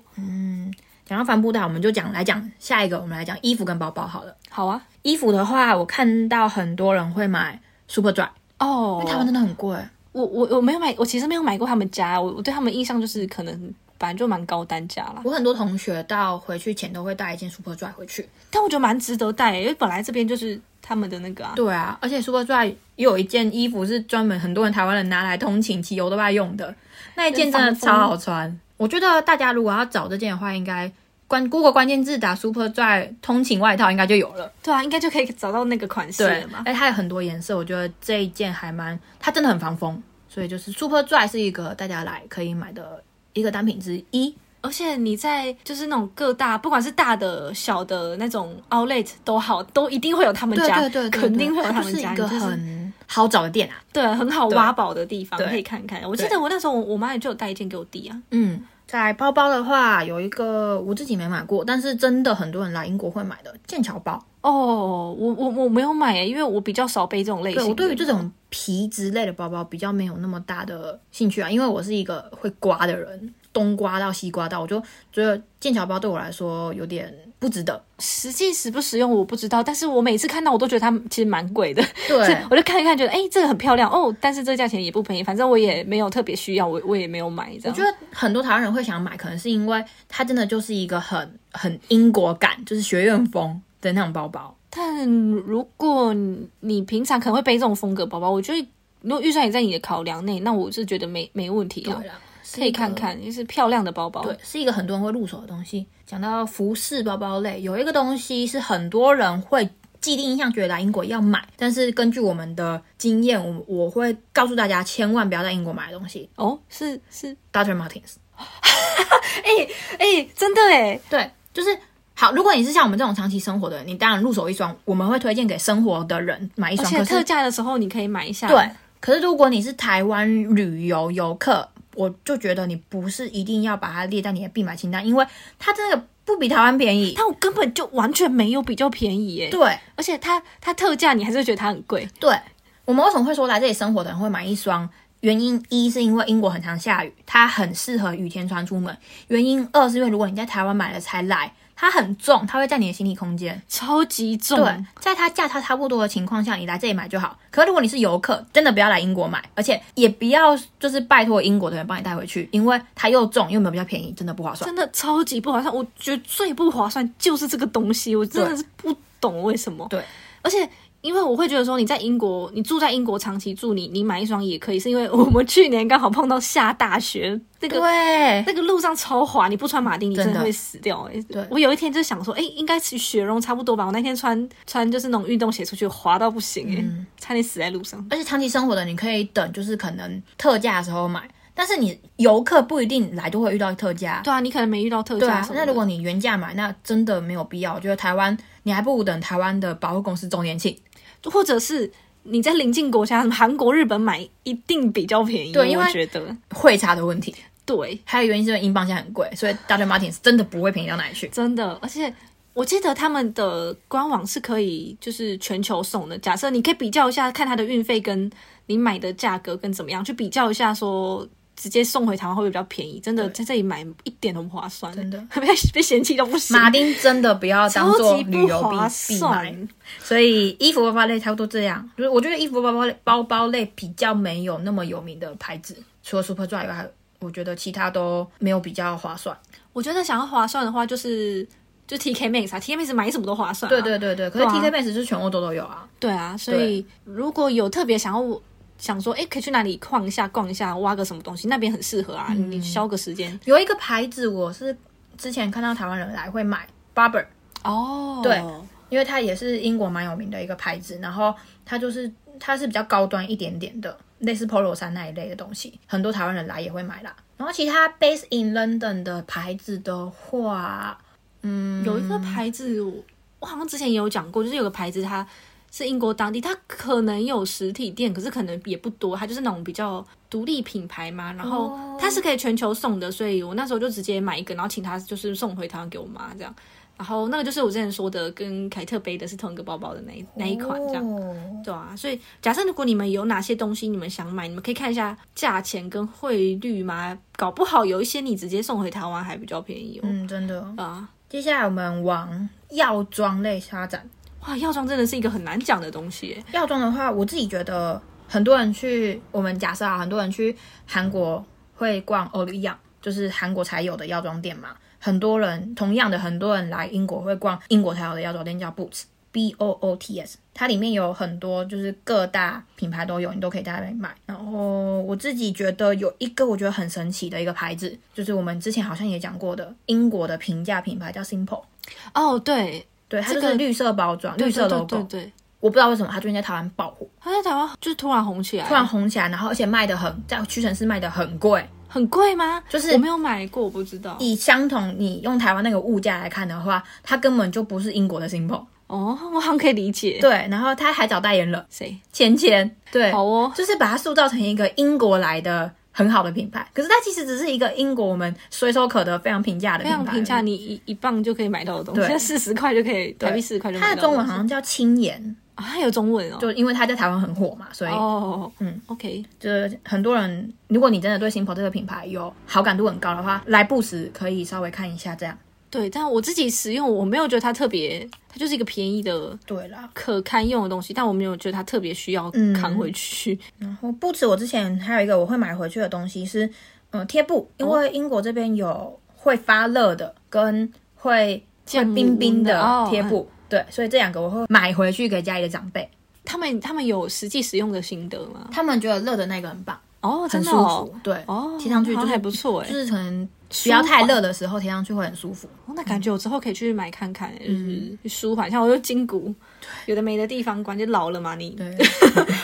[SPEAKER 1] 讲到帆布袋，我们就讲来讲下一个，我们来讲衣服跟包包好了。
[SPEAKER 2] 好啊，
[SPEAKER 1] 衣服的话，我看到很多人会买 Superdry，
[SPEAKER 2] 哦
[SPEAKER 1] 因为，台湾真的很贵。
[SPEAKER 2] 我我我没有买，我其实没有买过他们家，我我对他们印象就是可能本来就蛮高单价啦，
[SPEAKER 1] 我很多同学到回去前都会带一件 Superdry 回去。
[SPEAKER 2] 但我觉得蛮值得带、因为本来这边就是他们的那个啊。
[SPEAKER 1] 对啊，而且 Superdry 也有一件衣服是专门很多人台湾人拿来通勤、骑油都爱用的，那一件真的超好穿。我觉得大家如果要找这件的话，应该关 Google 关键字打 Superdry 通勤外套，应该就有了。
[SPEAKER 2] 对啊，应该就可以找到那个款式
[SPEAKER 1] 对
[SPEAKER 2] 了吧，？
[SPEAKER 1] 哎，它有很多颜色，我觉得这一件还蛮，它真的很防风，所以就是 Superdry 是一个大家来可以买的一个单品之一。
[SPEAKER 2] 而且你在就是那种各大，不管是大的、小的那种 outlet 都好，都一定会有他们
[SPEAKER 1] 对
[SPEAKER 2] 家，
[SPEAKER 1] 对对对，
[SPEAKER 2] 肯定会有他
[SPEAKER 1] 它就
[SPEAKER 2] 们
[SPEAKER 1] 是
[SPEAKER 2] 家，
[SPEAKER 1] 一
[SPEAKER 2] 你
[SPEAKER 1] 个
[SPEAKER 2] 就是
[SPEAKER 1] 很好找的店啊。
[SPEAKER 2] 对很好挖宝的地方，
[SPEAKER 1] 对
[SPEAKER 2] 可以看看。我记
[SPEAKER 1] 对
[SPEAKER 2] 得我那时候我我妈也就有带一件给我弟啊，
[SPEAKER 1] 嗯，在包包的话，有一个我自己没买过，但是真的很多人来英国会买的剑桥包。
[SPEAKER 2] 哦，我我我没有买耶，因为我比较少背这种类型
[SPEAKER 1] 对
[SPEAKER 2] 的。
[SPEAKER 1] 我对于这种皮质类的包包比较没有那么大的兴趣啊，因为我是一个会刮的人，东刮到西刮到，我就觉得剑桥包对我来说有点不值得。
[SPEAKER 2] 实际实不实用我不知道，但是我每次看到我都觉得它其实蛮贵的，所以
[SPEAKER 1] 对，
[SPEAKER 2] 我就看一看，觉得哎、这个很漂亮哦，但是这个价钱也不便宜，反正我也没有特别需要，我我也没有买这样。
[SPEAKER 1] 我觉得很多台湾人会想买，可能是因为它真的就是一个很很英国感，就是学院风的那种包包。
[SPEAKER 2] 但嗯如果你你平常可能会背这种风格包包，我觉得如果预算也在你的考量内，那我是觉得没没问题啊，
[SPEAKER 1] 了，
[SPEAKER 2] 可以看看，就是漂亮的包包。
[SPEAKER 1] 对，是一个很多人会入手的东西。讲到服饰包包类，有一个东西是很多人会既定印象觉得来英国要买，但是根据我们的经验，我我会告诉大家，千万不要在英国买的东西
[SPEAKER 2] 哦，是是，
[SPEAKER 1] ，Dr. Martens。
[SPEAKER 2] 哎、真的哎，
[SPEAKER 1] 对，就是好。如果你是像我们这种长期生活的人，你当然入手一双，我们会推荐给生活的人买一
[SPEAKER 2] 而
[SPEAKER 1] 双。
[SPEAKER 2] 且
[SPEAKER 1] 可
[SPEAKER 2] 特
[SPEAKER 1] 是
[SPEAKER 2] 价的时候你可以买一下。
[SPEAKER 1] 对，可是如果你是台湾旅游游客，我就觉得你不是一定要把它列在你的必买清单，因为它真的不比台湾便宜。
[SPEAKER 2] 但我根本就完全没有比较便宜耶，
[SPEAKER 1] 对。
[SPEAKER 2] 而且它它特价你还是会觉得它很贵。
[SPEAKER 1] 对，我们为什么会说来这里生活的人会买一双？原因一是因为英国很常下雨，它很适合雨天穿出门；原因二是因为如果你在台湾买了才来，它很重，它会在你的行李空间。
[SPEAKER 2] 超级重，
[SPEAKER 1] 对，在它价差差不多的情况下，你来这里买就好。可如果你是游客，真的不要来英国买，而且也不要就是拜托英国的人帮你带回去，因为它又重又没有比较便宜，真的不划算。
[SPEAKER 2] 真的超级不划算。我觉得最不划算就是这个东西，我真的是不懂为什么。
[SPEAKER 1] 对，
[SPEAKER 2] 而且。因为我会觉得说你在英国，你住在英国长期住，你你买一双也可以，是因为我们去年刚好碰到下大雪，那个
[SPEAKER 1] 对，
[SPEAKER 2] 那个路上超滑，你不穿马丁你真
[SPEAKER 1] 真
[SPEAKER 2] 的
[SPEAKER 1] 的
[SPEAKER 2] 会死掉、欸。
[SPEAKER 1] 对
[SPEAKER 2] 我有一天就想说，哎、应该是雪融差不多吧。我那天穿穿就是那种运动鞋出去，滑到不行、欸，
[SPEAKER 1] 嗯
[SPEAKER 2] 差点死在路上。
[SPEAKER 1] 而且长期生活的，你可以等，就是可能特价的时候买。但是你游客不一定来就会遇到特价，
[SPEAKER 2] 对啊，你可能没遇到特
[SPEAKER 1] 对
[SPEAKER 2] 价
[SPEAKER 1] 啊
[SPEAKER 2] 什，么的、
[SPEAKER 1] 那如果你原价买，那真的没有必要。我觉得台湾你还不如等台湾的百货公司周年庆。
[SPEAKER 2] 或者是你在邻近国家，什么韩国、日本买一定比较便宜。
[SPEAKER 1] 对因为
[SPEAKER 2] 我觉得
[SPEAKER 1] 汇差的问题，
[SPEAKER 2] 对，
[SPEAKER 1] 还有原因是因为英镑现在很贵，所以 Dr. Martens 真的不会便宜到哪里去。
[SPEAKER 2] 真的，而且。我记得他们的官网是可以，就是全球送的。假设你可以比较一下，看它的运费跟你买的价格跟怎么样，去比较一下，说直接送回台湾会不会比较便宜？真的在这里买一点都不划算，
[SPEAKER 1] 真的
[SPEAKER 2] 被 被嫌弃到不行，
[SPEAKER 1] 马丁真的不要当
[SPEAKER 2] 超
[SPEAKER 1] 做
[SPEAKER 2] 级
[SPEAKER 1] 旅
[SPEAKER 2] 不
[SPEAKER 1] 游必
[SPEAKER 2] 划
[SPEAKER 1] 必买，
[SPEAKER 2] 算。
[SPEAKER 1] 所以衣服包包类差不多这样。就是我觉得衣服包包类包包类比较没有那么有名的牌子，除了 Superdry 以外，我觉得其他都没有比较划算。
[SPEAKER 2] 我觉得想要划算的话，就是就 TK Max 啊，TK Max 买什么都划算、啊。
[SPEAKER 1] 对对对对，可是 TK Max 是全欧洲都有啊。
[SPEAKER 2] 对啊，所以如果有特别想要我想说，哎，可以去哪里逛一下、逛一下，挖个什么东西，那边很适合啊，
[SPEAKER 1] 嗯
[SPEAKER 2] 你消个时间。
[SPEAKER 1] 有一个牌子，我是之前看到台湾人来会买 Barber，
[SPEAKER 2] 哦，对
[SPEAKER 1] 因为它也是英国蛮有名的一个牌子，然后它就是它是比较高端一点点的，类似 Polo 衫那一类的东西，很多台湾人来也会买啦。然后其他 Base in London 的牌子的话，哦
[SPEAKER 2] 有一个牌子，我我好像之前也有讲过，就是有个牌子它。是英国当地，它可能有实体店，可是可能也不多，它就是那种比较独立品牌嘛。然后它是可以全球送的，所以我那时候就直接买一个，然后请他就是送回台湾给我妈这样。然后那个就是我之前说的跟凯特背的是同一个包包的那一那一款这样。
[SPEAKER 1] 哦
[SPEAKER 2] 对啊，所以假设如果你们有哪些东西你们想买，你们可以看一下价钱跟汇率嘛，搞不好有一些你直接送回台湾还比较便宜哦。
[SPEAKER 1] 嗯，真的。
[SPEAKER 2] 啊，
[SPEAKER 1] 接下来我们往药妆类发展。
[SPEAKER 2] 哇，药妆真的是一个很难讲的东西耶。
[SPEAKER 1] 药妆的话，我自己觉得很多人去，我们假设啊，很多人去韩国会逛 o l i y a 就是韩国才有的药妆店嘛。很多人同样的，很多人来英国会逛英国才有的药妆店，叫 Boots。B O O T S，它里面有很多就是各大品牌都有，你都可以在那边买。然后我自己觉得有一个我觉得很神奇的一个牌子，就是我们之前好像也讲过的英国的平价品牌叫 Simple，
[SPEAKER 2] 哦，对，
[SPEAKER 1] 对，它就
[SPEAKER 2] 这
[SPEAKER 1] 是
[SPEAKER 2] 个
[SPEAKER 1] 绿色包装、绿色 logo，
[SPEAKER 2] 对对对对，
[SPEAKER 1] 我不知道为什么它最近在台湾爆火，
[SPEAKER 2] 它在台湾就是突然红起来，
[SPEAKER 1] 突然红起来，然后而且卖的很，在屈臣氏卖的很贵。
[SPEAKER 2] 很贵吗？
[SPEAKER 1] 就是
[SPEAKER 2] 我没有买过，我不知道。
[SPEAKER 1] 以相同你用台湾那个物价来看的话，它根本就不是英国的 Simple。
[SPEAKER 2] 哦，我好像可以理解。
[SPEAKER 1] 对，然后它还找代言人
[SPEAKER 2] 谁？
[SPEAKER 1] 钱钱，对，
[SPEAKER 2] 好哦，
[SPEAKER 1] 就是把它塑造成一个英国来的很好的品牌。可是它其实只是一个英国我们随手可得非常平价的
[SPEAKER 2] 非
[SPEAKER 1] 品牌而
[SPEAKER 2] 常
[SPEAKER 1] 已，
[SPEAKER 2] 平价，你一一磅就可以买到的东
[SPEAKER 1] 对
[SPEAKER 2] 西，四十块就可以，台币四十块就
[SPEAKER 1] 它
[SPEAKER 2] 买
[SPEAKER 1] 的
[SPEAKER 2] 到的
[SPEAKER 1] 中文
[SPEAKER 2] 东
[SPEAKER 1] 好
[SPEAKER 2] 西
[SPEAKER 1] 像叫青妍，
[SPEAKER 2] 啊，它有中文哦。
[SPEAKER 1] 就因为它在台湾很火嘛，所以
[SPEAKER 2] 哦，
[SPEAKER 1] 嗯
[SPEAKER 2] 嗯，OK，
[SPEAKER 1] 就是很多人，如果你真的对 Simple 这个品牌有好感度很高的话，来不时可以稍微看一下这样。
[SPEAKER 2] 对，但我自己使用，我没有觉得它特别，它就是一个便宜的
[SPEAKER 1] 对啦，
[SPEAKER 2] 可堪用的东西，但我没有觉得它特别需要
[SPEAKER 1] 嗯
[SPEAKER 2] 扛回去。
[SPEAKER 1] 然后不哦止我之前还有一个我会买回去的东西是，呃，贴布，因
[SPEAKER 2] 哦
[SPEAKER 1] 为英国这边有会发热的跟会会
[SPEAKER 2] 降温
[SPEAKER 1] 冰冰
[SPEAKER 2] 的哦
[SPEAKER 1] 贴布，对，所以这两个我会买回去给家里的长辈，
[SPEAKER 2] 他们他们有实际使用的心得吗？
[SPEAKER 1] 他们觉得热的那个很棒，
[SPEAKER 2] 哦，
[SPEAKER 1] 很
[SPEAKER 2] 真
[SPEAKER 1] 舒服，
[SPEAKER 2] 的哦，
[SPEAKER 1] 对，
[SPEAKER 2] 哦，
[SPEAKER 1] 贴上去
[SPEAKER 2] 好
[SPEAKER 1] 就
[SPEAKER 2] 像
[SPEAKER 1] 是
[SPEAKER 2] 还不错哎
[SPEAKER 1] 就。是可能不要太热的时候贴上去会很舒服。
[SPEAKER 2] 哦那感觉我之后可以去买看看，
[SPEAKER 1] 嗯
[SPEAKER 2] 就是去舒缓。像我有筋骨，有的没的地方关，就老了嘛。你
[SPEAKER 1] 对，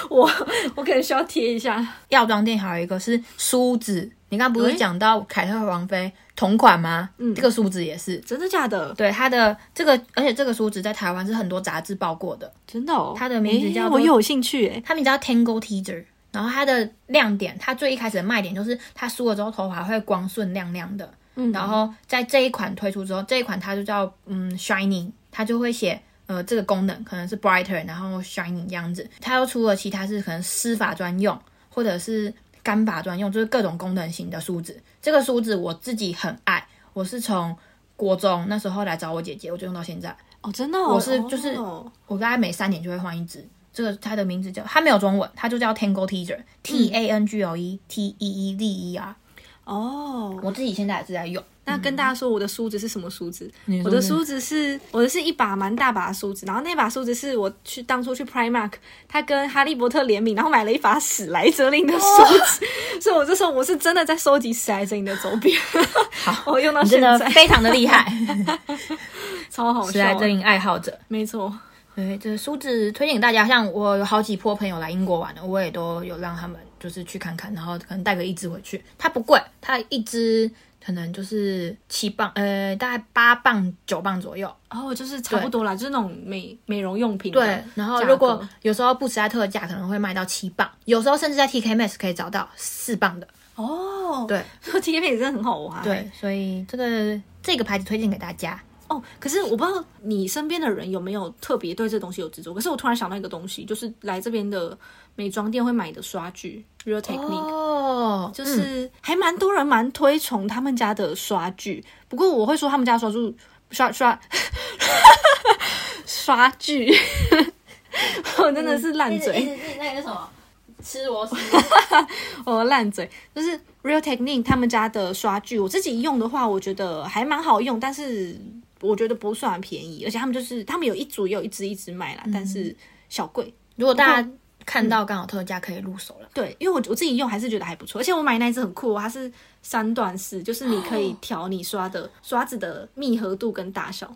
[SPEAKER 2] 我我可能需要贴一下。
[SPEAKER 1] 药妆店还有一个是梳子，你刚刚不是
[SPEAKER 2] 诶
[SPEAKER 1] 讲到凯特王妃同款吗？嗯，这个梳子也是。
[SPEAKER 2] 真的假的？
[SPEAKER 1] 对它的这个，而且这个梳子在台湾是很多杂志报过的，
[SPEAKER 2] 真的哦。
[SPEAKER 1] 它的名字
[SPEAKER 2] 诶
[SPEAKER 1] 叫做
[SPEAKER 2] 我有兴趣哎。
[SPEAKER 1] 它名字叫 Tangle Teaser。然后它的亮点，它最一开始的卖点就是它梳了之后头发会光顺亮亮的。
[SPEAKER 2] 嗯
[SPEAKER 1] 然后在这一款推出之后，这一款它就叫嗯 Shining，它就会写呃这个功能可能是 Brighter，然后 Shining 这样子。它又出了其他是可能湿发专用或者是干发专用，就是各种功能型的梳子。这个梳子我自己很爱，我是从国中那时候来找我姐姐，我就用到现在。
[SPEAKER 2] 哦，真的哦。
[SPEAKER 1] 我是就是
[SPEAKER 2] 哦
[SPEAKER 1] 我大概每三年就会换一支。这个它的名字叫，它没有中文，它就叫 Tangle Teaser，T A N G L E T E E D E R。
[SPEAKER 2] 哦，
[SPEAKER 1] 我自己现在也是在用，
[SPEAKER 2] 那跟大家说，我的梳子是什么梳子？
[SPEAKER 1] 说
[SPEAKER 2] 我的
[SPEAKER 1] 是
[SPEAKER 2] 梳子是我的是一把蛮大把的梳子，然后那把梳子是我去当初去 Primark，他跟哈利波特联名，然后买了一把史莱哲林的梳 子，所以我就说我是真的在收集史莱哲林的周边，好， 我用到
[SPEAKER 1] 你
[SPEAKER 2] 现
[SPEAKER 1] 真的
[SPEAKER 2] 在，
[SPEAKER 1] 非常的厉害，
[SPEAKER 2] 超好
[SPEAKER 1] 史莱
[SPEAKER 2] 笑
[SPEAKER 1] 哲
[SPEAKER 2] 的，
[SPEAKER 1] 林爱好啊者。
[SPEAKER 2] 没错，
[SPEAKER 1] 对，这梳子推荐给大家。像我有好几波朋友来英国玩的，我也都有让他们就是去看看，然后可能带个一支回去。它不贵，它一支可能就是七磅，呃，大概八磅九磅左右。
[SPEAKER 2] 然后哦就是差不多啦，就是那种美美容用品的，
[SPEAKER 1] 对，然后
[SPEAKER 2] 价
[SPEAKER 1] 如果
[SPEAKER 2] 格
[SPEAKER 1] 有时候不时在特价，可能会卖到七磅，有时候甚至在 TK Max 可以找到四磅的。
[SPEAKER 2] 哦，哎
[SPEAKER 1] 对
[SPEAKER 2] ，T K 片真的很好玩，
[SPEAKER 1] 对，所以这个这个牌子推荐给大家。
[SPEAKER 2] 哦，可是我不知道你身边的人有没有特别对这东西有执着。可是我突然想到一个东西，就是来这边的美妆店会买的刷具 Real Technique，、
[SPEAKER 1] 哦，就
[SPEAKER 2] 就是还蛮多人蛮推崇他们家的刷具。不过我会说他们家的刷具刷刷 刷具，我真的是烂
[SPEAKER 1] 嗯
[SPEAKER 2] 嘴。
[SPEAKER 1] 那个什么吃螺丝，
[SPEAKER 2] 我烂嘴，就是 Real Technique 他们家的刷具，我自己用的话，我觉得还蛮好用，但是我觉得不算便宜，而且他们就是他们有一组也有一支一支卖啦，但是小贵。
[SPEAKER 1] 如果大家看到刚好特价，可以入手了。
[SPEAKER 2] 嗯对，因为我我自己用还是觉得还不错，而且我买那一支很酷哦，它是三段式，就是你可以调你刷的刷子的密合度跟大小，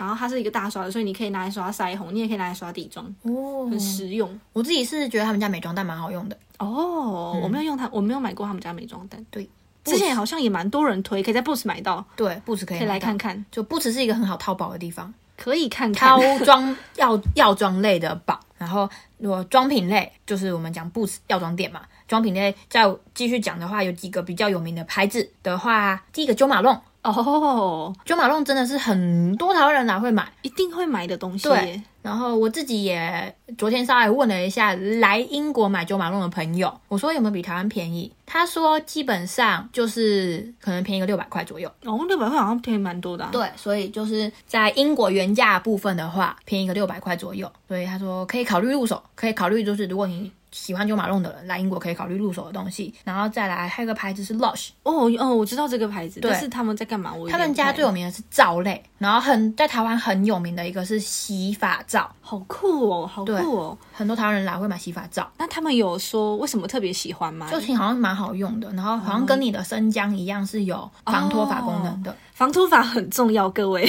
[SPEAKER 2] 然后它是一个大刷子，所以你可以拿来刷腮红，你也可以拿来刷底妆，
[SPEAKER 1] 哦，
[SPEAKER 2] 很实用。
[SPEAKER 1] 我自己是觉得他们家美妆蛋蛮好用的。
[SPEAKER 2] 哦，我没有用它，我没有买过他们家美妆蛋，
[SPEAKER 1] 对，
[SPEAKER 2] 之前好像也蛮多人推，可以在 Boots 买到。
[SPEAKER 1] 对，不止可以
[SPEAKER 2] 可以来
[SPEAKER 1] 拿到
[SPEAKER 2] 看，看，
[SPEAKER 1] 就不只是一个很好淘宝的地方。
[SPEAKER 2] 可以看看
[SPEAKER 1] 包。装药药妆类的宝，然后如果妆品类就是我们讲 Boots 药妆店嘛，妆品类再继续讲的话，有几个比较有名的牌子的话，第一个九马龙，
[SPEAKER 2] 哦，
[SPEAKER 1] 九马龙真的是很多台湾人哪啊会买。
[SPEAKER 2] 一定会买的东西
[SPEAKER 1] 对
[SPEAKER 2] 耶。
[SPEAKER 1] 然后我自己也昨天稍微问了一下来英国买九马龙的朋友，我说有没有比台湾便宜？他说基本上就是可能便宜个六百块左右。
[SPEAKER 2] 哦，六百块好像便宜蛮多的、啊。，
[SPEAKER 1] 对，所以就是在英国原价部分的话，便宜个六百块左右。所以他说可以考虑入手，可以考虑就是如果你喜欢九马龙的人来英国可以考虑入手的东西。然后再来还有一个牌子是 Lush，
[SPEAKER 2] 哦哦，我知道这个牌子，
[SPEAKER 1] 对
[SPEAKER 2] 但是他们在干嘛？我有
[SPEAKER 1] 他们
[SPEAKER 2] 点
[SPEAKER 1] 家
[SPEAKER 2] 不太
[SPEAKER 1] 最有名的是皂类，然后很在台湾很有名的一个是洗发皂，
[SPEAKER 2] 好酷哦，好酷
[SPEAKER 1] 对
[SPEAKER 2] 哦。
[SPEAKER 1] 很多台湾人来会买洗发皂。
[SPEAKER 2] 那他们有说为什么特别喜欢吗？
[SPEAKER 1] 就挺好像蛮好用的，然后好像跟你的生姜一样是有防脱发功能的，
[SPEAKER 2] 防脱发很重要，各位，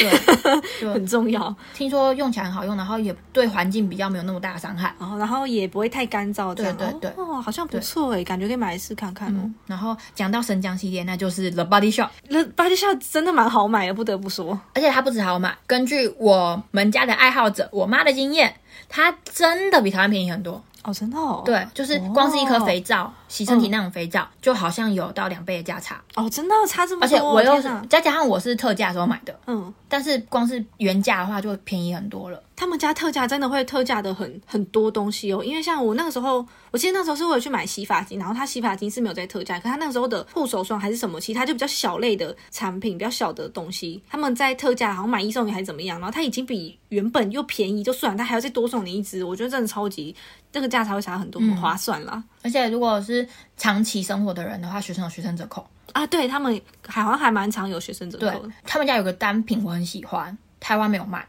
[SPEAKER 1] 对
[SPEAKER 2] 很重要。
[SPEAKER 1] 听说用起来很好用，然后也对环境比较没有那么大的伤害。
[SPEAKER 2] 然后，然后也不会太干燥，这样
[SPEAKER 1] 对对对
[SPEAKER 2] 哦，好像不错哎，感觉可以买来试看看哦。
[SPEAKER 1] 嗯然后讲到生姜系列，那就是 The Body Shop，
[SPEAKER 2] 那巴黎夏真的蛮好买的，不得不说，
[SPEAKER 1] 而且它不止好买，根据我们家的爱好者，我妈的经验，它真的比台湾便宜很多。
[SPEAKER 2] 哦，真的哦，，
[SPEAKER 1] 对，就是光是一颗
[SPEAKER 2] 哦
[SPEAKER 1] 肥皂，洗身体那种肥皂，就好像有到两倍的价差。
[SPEAKER 2] 哦，真的差这么
[SPEAKER 1] 而
[SPEAKER 2] 多，
[SPEAKER 1] 且我又
[SPEAKER 2] 天
[SPEAKER 1] 是
[SPEAKER 2] 哪
[SPEAKER 1] 再加上我是特价的时候买的，
[SPEAKER 2] 嗯，
[SPEAKER 1] 但是光是原价的话就便宜很多了。
[SPEAKER 2] 他们家特价真的会特价的很很多东西哦，因为像我那个时候，我记得那时候是为了去买洗发精，然后它洗发精是没有在特价，可它那个时候的护手霜还是什么，其他就比较小类的产品，比较小的东西，他们在特价好像买一送一还是怎么样，然后它已经比原本又便宜就算，它还要再多送你一支，我觉得真的超级那个价差会差很多，
[SPEAKER 1] 嗯
[SPEAKER 2] 很划算啦。
[SPEAKER 1] 而且如果是长期生活的人的话，学生有学生折扣。
[SPEAKER 2] 啊，对他们好像还蛮常有学生折扣
[SPEAKER 1] 对
[SPEAKER 2] 的，
[SPEAKER 1] 他们家有个单品我很喜欢，台湾没有卖，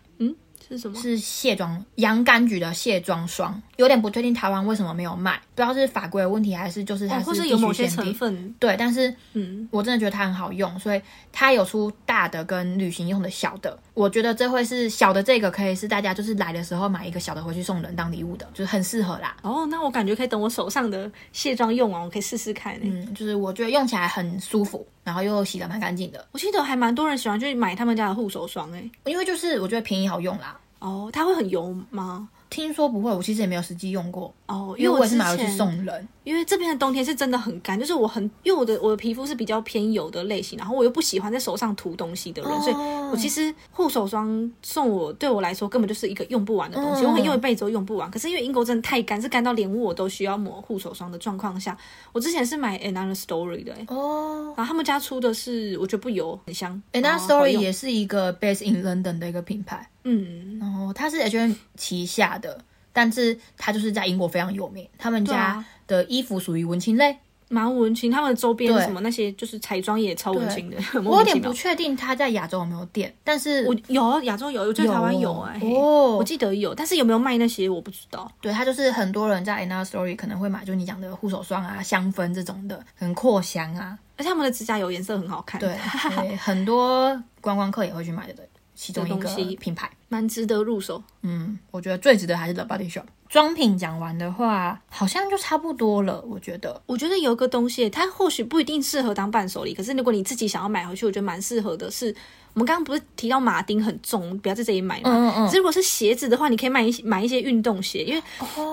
[SPEAKER 2] 是什么？
[SPEAKER 1] 是卸妆洋甘菊的卸妆霜，有点不确定台湾为什么没有卖，不知道是法规的问题还是就是它
[SPEAKER 2] 哦，或
[SPEAKER 1] 是
[SPEAKER 2] 是
[SPEAKER 1] 地
[SPEAKER 2] 有某
[SPEAKER 1] 区
[SPEAKER 2] 些
[SPEAKER 1] 限
[SPEAKER 2] 成
[SPEAKER 1] 定。
[SPEAKER 2] 分，
[SPEAKER 1] 对，但是
[SPEAKER 2] 嗯，
[SPEAKER 1] 我真的觉得它很好用，所以它有出大的跟旅行用的小的。我觉得这会是小的这个可以是大家就是来的时候买一个小的回去送人当礼物的，就是很适合啦。
[SPEAKER 2] 哦，那我感觉可以等我手上的卸妆用完，我可以试试看、欸。
[SPEAKER 1] 嗯，就是我觉得用起来很舒服，然后又洗得蛮干净的，
[SPEAKER 2] 我记得还蛮多人喜欢去买他们家的护手霜诶、欸
[SPEAKER 1] 因为就是我觉得便宜好用啦。
[SPEAKER 2] 哦，它会很油吗？
[SPEAKER 1] 听说不会，我其实也没有实际用过，
[SPEAKER 2] 哦，
[SPEAKER 1] 因为我
[SPEAKER 2] 我
[SPEAKER 1] 也是
[SPEAKER 2] 之
[SPEAKER 1] 买回去
[SPEAKER 2] 前，
[SPEAKER 1] 送人。
[SPEAKER 2] 因为这边的冬天是真的很干，就是我很，因为我的我的皮肤是比较偏油的类型，然后我又不喜欢在手上涂东西的人，所以我其实护手霜送我对我来说根本就是一个用不完的东西，
[SPEAKER 1] 嗯
[SPEAKER 2] 我可能用一辈子都用不完。可是因为英国真的太干，是干到连我都需要抹护手霜的状况下，我之前是买 Another Story 的、欸，
[SPEAKER 1] 哦，
[SPEAKER 2] 然后他们家出的是我觉得不油，很香。
[SPEAKER 1] 哎、那
[SPEAKER 2] 然后
[SPEAKER 1] Story
[SPEAKER 2] 哦好用
[SPEAKER 1] 也是一个 Base in London 的一个品牌，
[SPEAKER 2] 嗯，
[SPEAKER 1] 然后它是 H&M 旗下的，但是它就是在英国非常有名。他们
[SPEAKER 2] 对
[SPEAKER 1] 家
[SPEAKER 2] 啊
[SPEAKER 1] 的衣服属于文青类，
[SPEAKER 2] 蛮文青，他们的周边
[SPEAKER 1] 对
[SPEAKER 2] 什么那些就是彩妆也超文青的，很
[SPEAKER 1] 我
[SPEAKER 2] 莫
[SPEAKER 1] 有
[SPEAKER 2] 名其
[SPEAKER 1] 点
[SPEAKER 2] 妙
[SPEAKER 1] 不确定它在亚洲有没有店，但是
[SPEAKER 2] 我有亚洲有，我觉得台湾有
[SPEAKER 1] 哦
[SPEAKER 2] 哎、
[SPEAKER 1] 哦
[SPEAKER 2] 我记得有，但是有没有卖那些我不知道。
[SPEAKER 1] 对它就是很多人在 Another Story 可能会买，就你讲的护手霜啊、香氛这种的，很扩香啊，
[SPEAKER 2] 而且他们的指甲油颜色很好看，
[SPEAKER 1] 对， 所以很多观光客也会去买的其中一
[SPEAKER 2] 的
[SPEAKER 1] 个
[SPEAKER 2] 东西
[SPEAKER 1] 品牌。
[SPEAKER 2] 蛮值得入手。
[SPEAKER 1] 嗯，我觉得最值得还是 The Body Shop。妆品讲完的话，好像就差不多了。我觉得，
[SPEAKER 2] 我觉得有一个东西，它或许不一定适合当伴手礼，可是如果你自己想要买回去，我觉得蛮适合的是。我们刚刚不是提到马丁很重，不要在这里买嘛。
[SPEAKER 1] 嗯嗯嗯
[SPEAKER 2] 可是如果是鞋子的话，你可以买一些买一些运动鞋，因为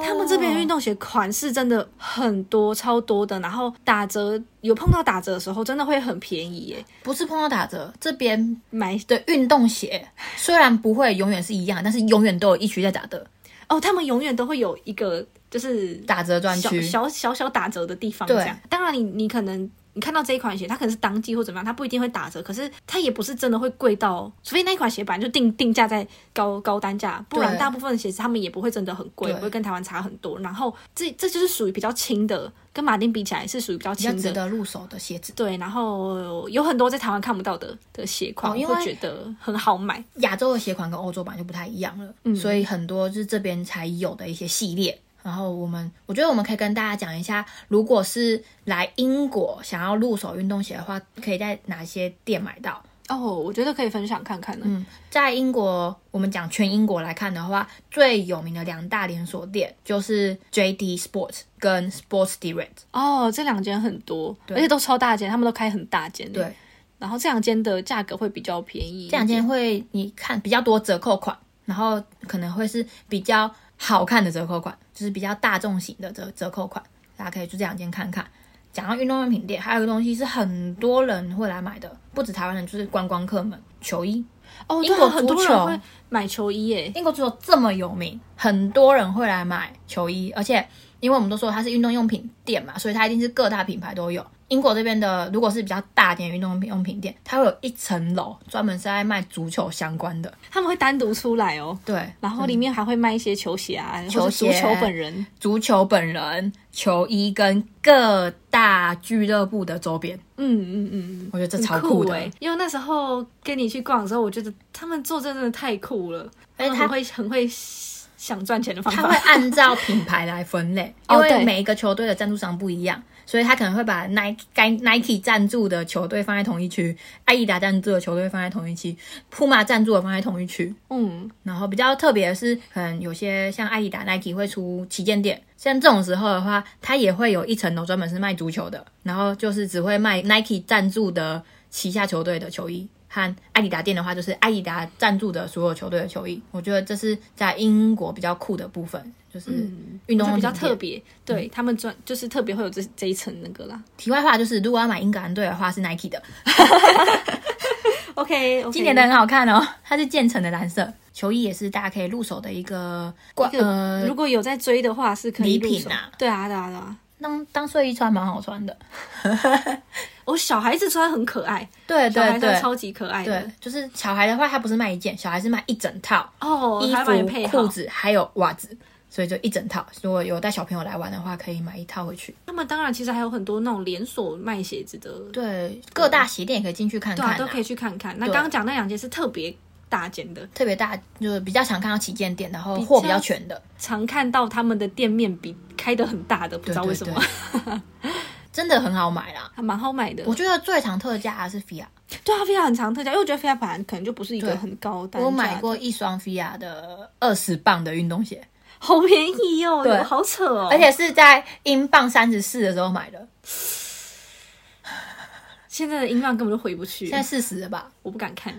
[SPEAKER 2] 他们这边
[SPEAKER 1] 哦
[SPEAKER 2] 的运动鞋款式真的很多，超多的。然后打折有碰到打折的时候，真的会很便宜耶。
[SPEAKER 1] 不是碰到打折，这边
[SPEAKER 2] 买
[SPEAKER 1] 的运动鞋虽然不会永远是一样，但是永远都有一区在打折，
[SPEAKER 2] 哦，他们永远都会有一个就是
[SPEAKER 1] 打折专
[SPEAKER 2] 小
[SPEAKER 1] 区。嗯
[SPEAKER 2] 小小小打折的地方，这样。当然你，你可能你看到这一款鞋，它可能是当季或怎么样，它不一定会打折，可是它也不是真的会贵到，除非那一款鞋本来就定定价在高高单价，不然
[SPEAKER 1] 对
[SPEAKER 2] 大部分的鞋子他们也不会真的很贵，
[SPEAKER 1] 对
[SPEAKER 2] 不会跟台湾差很多。然后这这就是属于比较轻的，跟马丁比起来是属于比较
[SPEAKER 1] 比较
[SPEAKER 2] 轻
[SPEAKER 1] 值
[SPEAKER 2] 的。
[SPEAKER 1] 得入手的鞋子，
[SPEAKER 2] 对，然后有很多在台湾看不到的的鞋款，
[SPEAKER 1] 哦因为
[SPEAKER 2] 会觉得很好买。
[SPEAKER 1] 亚洲的鞋款跟欧洲版就不太一样了，
[SPEAKER 2] 嗯
[SPEAKER 1] 所以很多就是这边才有的一些系列。然后我们，我觉得我们可以跟大家讲一下，如果是来英国想要入手运动鞋的话，可以在哪些店买到？
[SPEAKER 2] 哦，我觉得可以分享看看呢。
[SPEAKER 1] 嗯，在英国，我们讲全英国来看的话，最有名的两大连锁店就是 JD Sports 跟 Sports Direct。
[SPEAKER 2] 哦，这两间很多，而且都超大间，他们都开很大间。
[SPEAKER 1] 对，
[SPEAKER 2] 然后这两间的价格会比较便宜一点，
[SPEAKER 1] 这两间会你看比较多折扣款，然后可能会是比较好看的折扣款，就是比较大众型的折折扣款，大家可以去这两间看看。讲到运动用品店，还有一个东西是很多人会来买的，不止台湾人，就是观光客们，球衣。
[SPEAKER 2] 哦，
[SPEAKER 1] 英
[SPEAKER 2] 对
[SPEAKER 1] 国
[SPEAKER 2] 啊，很多
[SPEAKER 1] 足球
[SPEAKER 2] 人会买球衣耶。
[SPEAKER 1] 英国足球这么有名，很多人会来买球衣，而且因为我们都说它是运动用品店嘛，所以它一定是各大品牌都有。英国这边的如果是比较大点的运动用品用品店，它会有一层楼专门是在卖足球相关的，
[SPEAKER 2] 他们会单独出来哦，
[SPEAKER 1] 对，
[SPEAKER 2] 然后里面还会卖一些球鞋啊，
[SPEAKER 1] 球
[SPEAKER 2] 或是足
[SPEAKER 1] 鞋
[SPEAKER 2] 球本人。
[SPEAKER 1] 足球本人、球衣跟各大俱乐部的周边，
[SPEAKER 2] 嗯嗯嗯嗯，
[SPEAKER 1] 我觉得这
[SPEAKER 2] 很
[SPEAKER 1] 超酷的。
[SPEAKER 2] 欸因为那时候跟你去逛的时候，我觉得他们做这真的太酷了，
[SPEAKER 1] 而且
[SPEAKER 2] 他
[SPEAKER 1] 他
[SPEAKER 2] 们会很会想赚钱的方
[SPEAKER 1] 他会
[SPEAKER 2] 法。
[SPEAKER 1] 按照品牌来分类，因
[SPEAKER 2] 哦
[SPEAKER 1] 为
[SPEAKER 2] 对
[SPEAKER 1] 每一个球队的赞助商不一样，所以他可能会把 Nike 该 Nike 赞助的球队放在同一区，艾迪达赞助的球队放在同一区，p u m a 赞助的放在同一区。
[SPEAKER 2] 嗯，
[SPEAKER 1] 然后比较特别的是，可能有些像艾迪达、Nike 会出旗舰店，像这种时候的话，它也会有一层楼专门是卖足球的，然后就是只会卖 Nike 赞助的旗下球队的球衣。和艾迪达店的话，就是艾迪达赞助的所有球队的球衣。我觉得这是在英国比较酷的部分，就是运动
[SPEAKER 2] 就
[SPEAKER 1] 用
[SPEAKER 2] 比
[SPEAKER 1] 品
[SPEAKER 2] 较
[SPEAKER 1] 店
[SPEAKER 2] 特别，对他们专就是特别会有这这一层那个啦。
[SPEAKER 1] 题外话就是，如果要买英格兰队的话，是 Nike 的，
[SPEAKER 2] OK，,
[SPEAKER 1] 今年的很好看哦，它是渐层的蓝色球衣，也是大家可以入手的一个挂呃
[SPEAKER 2] 如果有在追的话是可
[SPEAKER 1] 礼
[SPEAKER 2] 以
[SPEAKER 1] 品
[SPEAKER 2] 入手
[SPEAKER 1] 啊
[SPEAKER 2] 对啊对啊对啊，
[SPEAKER 1] 当当睡衣穿蛮好 穿的。
[SPEAKER 2] 我哦小孩子穿很可爱，
[SPEAKER 1] 对
[SPEAKER 2] 小孩
[SPEAKER 1] 对
[SPEAKER 2] 子
[SPEAKER 1] 对，
[SPEAKER 2] 超级可爱的
[SPEAKER 1] 对，就是小孩的话，他不是卖一件，小孩是卖一整套，
[SPEAKER 2] 哦，
[SPEAKER 1] 衣
[SPEAKER 2] 还把你配
[SPEAKER 1] 服、
[SPEAKER 2] 好
[SPEAKER 1] 裤。子还有袜子，所以就一整套。如果有带小朋友来玩的话，可以买一套回去。
[SPEAKER 2] 他们当然其实还有很多那种连锁卖鞋子的，
[SPEAKER 1] 对，各大鞋店也可以进去看
[SPEAKER 2] 啊对
[SPEAKER 1] 看、
[SPEAKER 2] 啊，都可以去看看。那刚刚讲那两件是特别大件的，
[SPEAKER 1] 特别大，就是比较常看到旗舰店，然后货比较全的。
[SPEAKER 2] 常看到他们的店面比开的很大的，不知道为什么，
[SPEAKER 1] 对真的很好买啦。
[SPEAKER 2] 还蛮好买的
[SPEAKER 1] 我。觉得最常特价的是 FIA，
[SPEAKER 2] 对啊，飞亚很常特价，因为我觉得飞亚本来可能就不是一个
[SPEAKER 1] 对
[SPEAKER 2] 很高单价的，
[SPEAKER 1] 我买过一双 FIA 的二十磅的运动鞋，
[SPEAKER 2] 好便宜哦，
[SPEAKER 1] 对
[SPEAKER 2] 有好扯哦，
[SPEAKER 1] 而且是在英镑三十四的时候买的，
[SPEAKER 2] 现在的音浪根本就回不去
[SPEAKER 1] 现，在四十了吧？
[SPEAKER 2] 我不敢看。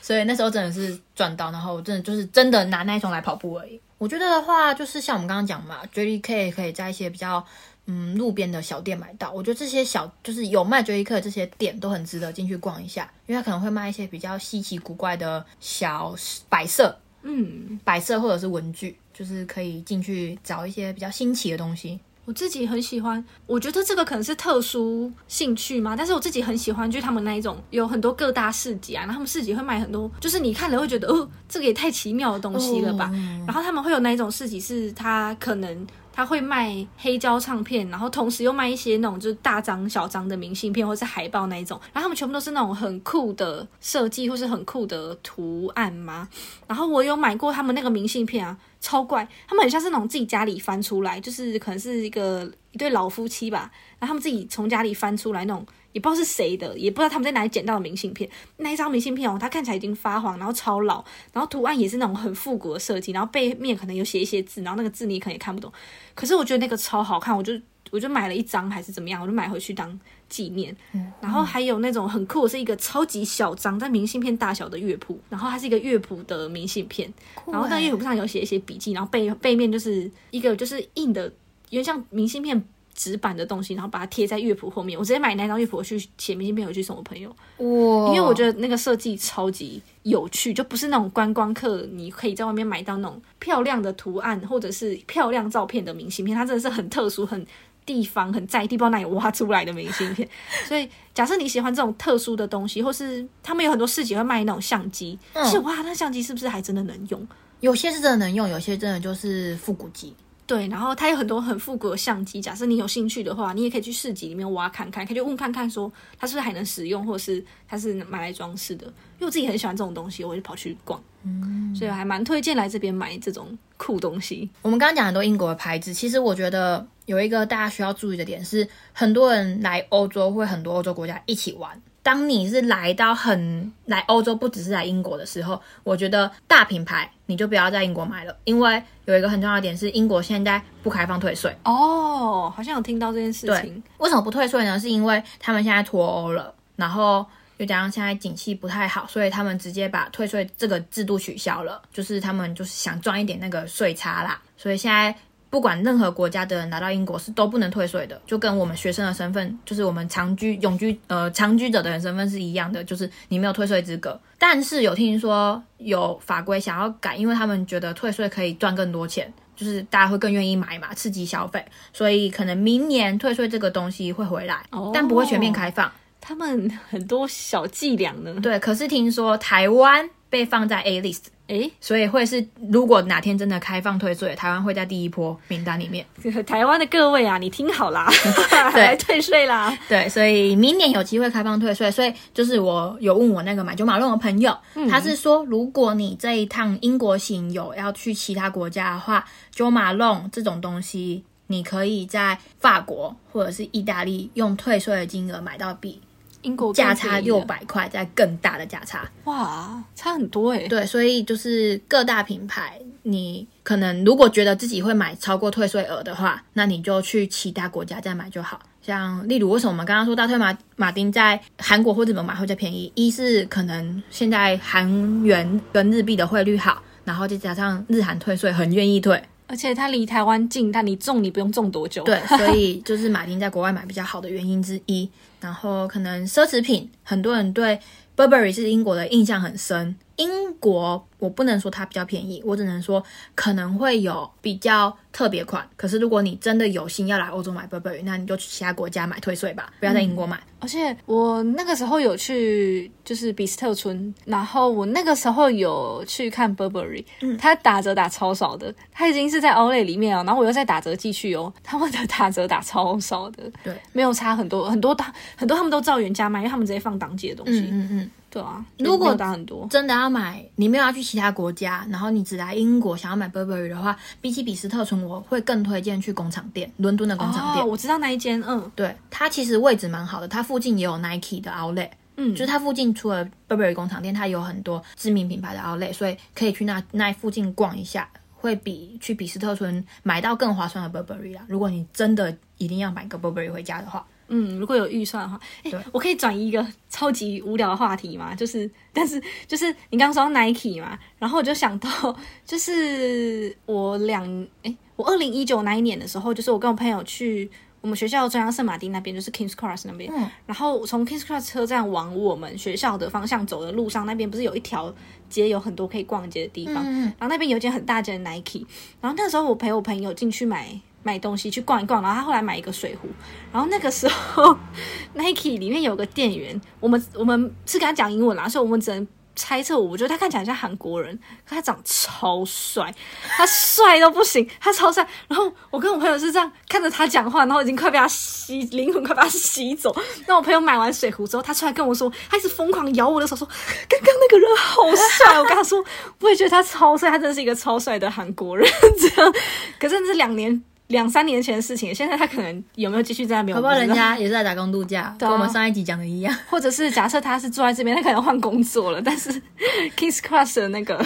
[SPEAKER 1] 所以那时候真的是赚到，然后我真的就是真的拿那一双来跑步而已。我觉得的话，就是像我们刚刚讲嘛，JDK 可以在一些比较嗯路边的小店买到。我觉得这些小就是有卖 JDK 这些店都很值得进去逛一下，因为它可能会卖一些比较稀奇古怪的小摆设、
[SPEAKER 2] 嗯，
[SPEAKER 1] 摆设或者是文具，就是可以进去找一些比较新奇的东西。
[SPEAKER 2] 我自己很喜欢，我觉得这个可能是特殊兴趣嘛，但是我自己很喜欢，就是他们那一种有很多各大市集啊，然后他们市集会卖很多，就是你看了会觉得哦，这个也太奇妙的东西了吧。
[SPEAKER 1] 嗯
[SPEAKER 2] 然后他们会有那一种市集是他可能。他会卖黑胶唱片，然后同时又卖一些那种就是大张小张的明信片或是海报那一种，然后他们全部都是那种很酷的设计或是很酷的图案嘛。然后我有买过他们那个明信片啊，超怪，他们很像是那种自己家里翻出来，就是可能是一个一对老夫妻吧，然后他们自己从家里翻出来那种，也不知道是谁的，也不知道他们在哪里捡到的明信片。那一张明信片哦，它看起来已经发黄，然后超老，然后图案也是那种很复古的设计，然后背面可能有写一些字，然后那个字你可能也看不懂。可是我觉得那个超好看，我就我就买了一张还是怎么样，我就买回去当纪念。然后还有那种很酷，是一个超级小张，但明信片大小的乐谱，然后它是一个乐谱的明信片，然后那个乐谱上有写一些笔记，然后背背面就是一个就是硬的，有点像明信片。纸板的东西，然后把它贴在乐谱后面。我直接买那张乐谱回去写明信片回去送我朋友。
[SPEAKER 1] 哇，
[SPEAKER 2] 因为我觉得那个设计超级有趣，就不是那种观光客你可以在外面买到那种漂亮的图案或者是漂亮照片的明信片，它真的是很特殊、很地方、很在地，不知道哪里挖出来的明信片。所以，假设你喜欢这种特殊的东西，或是他们有很多市集会卖那种相机，
[SPEAKER 1] 嗯
[SPEAKER 2] 就是哇，那相机是不是还真的能用？
[SPEAKER 1] 有些是真的能用，有些真的就是复古机。
[SPEAKER 2] 对，然后它有很多很复古的相机，假设你有兴趣的话，你也可以去市集里面挖看看，可以去问看看说它是不是还能使用，或者是它是买来装饰的。因为我自己很喜欢这种东西，我就跑去逛，嗯，所以我还蛮推荐来这边买这种酷东西。
[SPEAKER 1] 我们刚刚讲很多英国的牌子，其实我觉得有一个大家需要注意的点是，很多人来欧洲会很多欧洲国家一起玩。当你是来到很来欧洲，不只是来英国的时候，我觉得大品牌你就不要在英国买了，因为有一个很重要的点是，英国现在不开放退税。
[SPEAKER 2] 哦，好像有听到这件事情
[SPEAKER 1] 对，为什么不退税呢？是因为他们现在脱欧了，然后又加上现在景气不太好，所以他们直接把退税这个制度取消了，就是他们就是想赚一点那个税差啦，所以现在。不管任何国家的人来到英国是都不能退税的，就跟我们学生的身份，就是我们长居、永居、呃长居者的人身份是一样的，就是你没有退税资格。但是有听说有法规想要改，因为他们觉得退税可以赚更多钱，就是大家会更愿意买嘛，刺激消费，所以可能明年退税这个东西会回来，
[SPEAKER 2] 哦
[SPEAKER 1] 但不会全面开放。
[SPEAKER 2] 他们很多小伎俩呢。
[SPEAKER 1] 对，可是听说台湾被放在 A list。
[SPEAKER 2] 诶，
[SPEAKER 1] 所以会是，如果哪天真的开放退税，台湾会在第一波名单里面。
[SPEAKER 2] 台湾的各位啊，你听好 啦，来退税啦。
[SPEAKER 1] 对，所以明年有机会开放退税。所以就是我有问我那个买九马论的朋友，
[SPEAKER 2] 嗯
[SPEAKER 1] 他是说，如果你这一趟英国行有要去其他国家的话，九马论这种东西，你可以在法国或者是意大利用退税的金额买到比
[SPEAKER 2] 英国更
[SPEAKER 1] 价差
[SPEAKER 2] 便宜了
[SPEAKER 1] 六百块再更大的价差。
[SPEAKER 2] 哇，差很多诶。
[SPEAKER 1] 对，所以就是各大品牌，你可能如果觉得自己会买超过退税额的话，那你就去其他国家再买就好。像例如，为什么我们刚刚说大退马马丁在韩国或日本买会比较便宜？一是可能现在韩元跟日币的汇率好，然后再加上日韩退税很愿意退，
[SPEAKER 2] 而且它离台湾近，但你种你不用种多久。
[SPEAKER 1] 对，所以就是马丁在国外买比较好的原因之一。然后可能奢侈品，很多人对 Burberry 是英国的印象很深。英国我不能说它比较便宜，我只能说可能会有比较特别款。可是如果你真的有心要来欧洲买 Burberry，那你就去其他国家买退税吧，不要在英国买。
[SPEAKER 2] 而且我那个时候有去，就是比斯特村，然后我那个时候有去看 Burberry，、它
[SPEAKER 1] 嗯
[SPEAKER 2] 打折打超少的，它已经是在 Olay 里面哦，然后我又在打折继续哦，他们的打折打超少的，
[SPEAKER 1] 对，
[SPEAKER 2] 没有差很多，很多打很多他们都照原价卖，因为他们直接放当季的东西，
[SPEAKER 1] 嗯嗯。
[SPEAKER 2] 对啊，
[SPEAKER 1] 如果
[SPEAKER 2] 没有打很多，
[SPEAKER 1] 真的要买，你没有要去其他国家，然后你只来英国想要买 Burberry 的话，比起比斯特纯，我会更推荐去工厂店，伦敦的工厂
[SPEAKER 2] 哦，
[SPEAKER 1] 店。
[SPEAKER 2] 我知道那一间，嗯，
[SPEAKER 1] 对，它其实位置蛮好的，它附近也有 Nike 的 outlet，
[SPEAKER 2] 嗯
[SPEAKER 1] 就是它附近除了 Burberry 工厂店，它有很多知名品牌的 outlet，所以可以去那那附近逛一下，会比去比斯特村买到更划算的 Burberry 啦。如果你真的一定要买个 Burberry 回家的话，
[SPEAKER 2] 嗯，如果有预算的话，哎、
[SPEAKER 1] 对
[SPEAKER 2] 我可以转移一个超级无聊的话题嘛？就是， 但是就是你刚刚说到 Nike 嘛，然后我就想到， 就是我两哎、我二零一九那一年的时候，就是我跟我朋友去我们学校中央圣马丁那边，就是 Kings Cross 那边，
[SPEAKER 1] 嗯
[SPEAKER 2] 然后从 Kings Cross 车站往我们学校的方向走的路上，那边不是有一条街，有很多可以逛街的地方，
[SPEAKER 1] 嗯
[SPEAKER 2] 然后那边有一间很大间的 Nike，然后那时候我陪我朋友进去买买东西去逛一逛，然后他后来买一个水壶，然后那个时候 Nike 里面有个店员，我们我们是跟他讲英文啦，所以我们只能。猜测我，我觉得他看起来像韩国人，可他长超帅，他帅到不行，他超帅。然后我跟我朋友是这样看着他讲话，然后已经快被他吸灵魂，快被他吸走。那我朋友买完水壶之后，他出来跟我说，他一直疯狂摇我的手，说：“刚刚那个人好帅。”我跟他说，我也觉得他超帅，他真的是一个超帅的韩国人。这样，可是那是两年、两三年前的事情，现在他可能有没有继续在那边？
[SPEAKER 1] 搞不好
[SPEAKER 2] 我知
[SPEAKER 1] 人
[SPEAKER 2] 道
[SPEAKER 1] 家也是在打工度假，跟
[SPEAKER 2] 对啊
[SPEAKER 1] 我们上一集讲的一样。
[SPEAKER 2] 或者是假设他是住在这边，他可能换工作了，但是 Kings Cross 的那个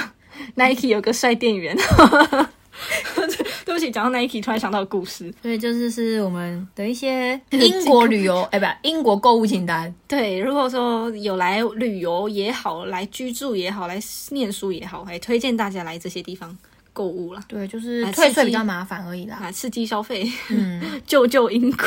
[SPEAKER 2] Nike 有个帅店员。 对不起，讲到 Nike，突然想到故事。
[SPEAKER 1] 所以这就是我们的一些英国旅 游，哎，不，英国购物清单。
[SPEAKER 2] 对，如果说有来旅游也好，来居住也好，来念书也好，还推荐大家来这些地方购物啦，
[SPEAKER 1] 对，就是
[SPEAKER 2] 蛮刺激
[SPEAKER 1] 退税比较麻烦而已啦。
[SPEAKER 2] 啊，刺激消费，
[SPEAKER 1] 嗯。
[SPEAKER 2] 救救英国。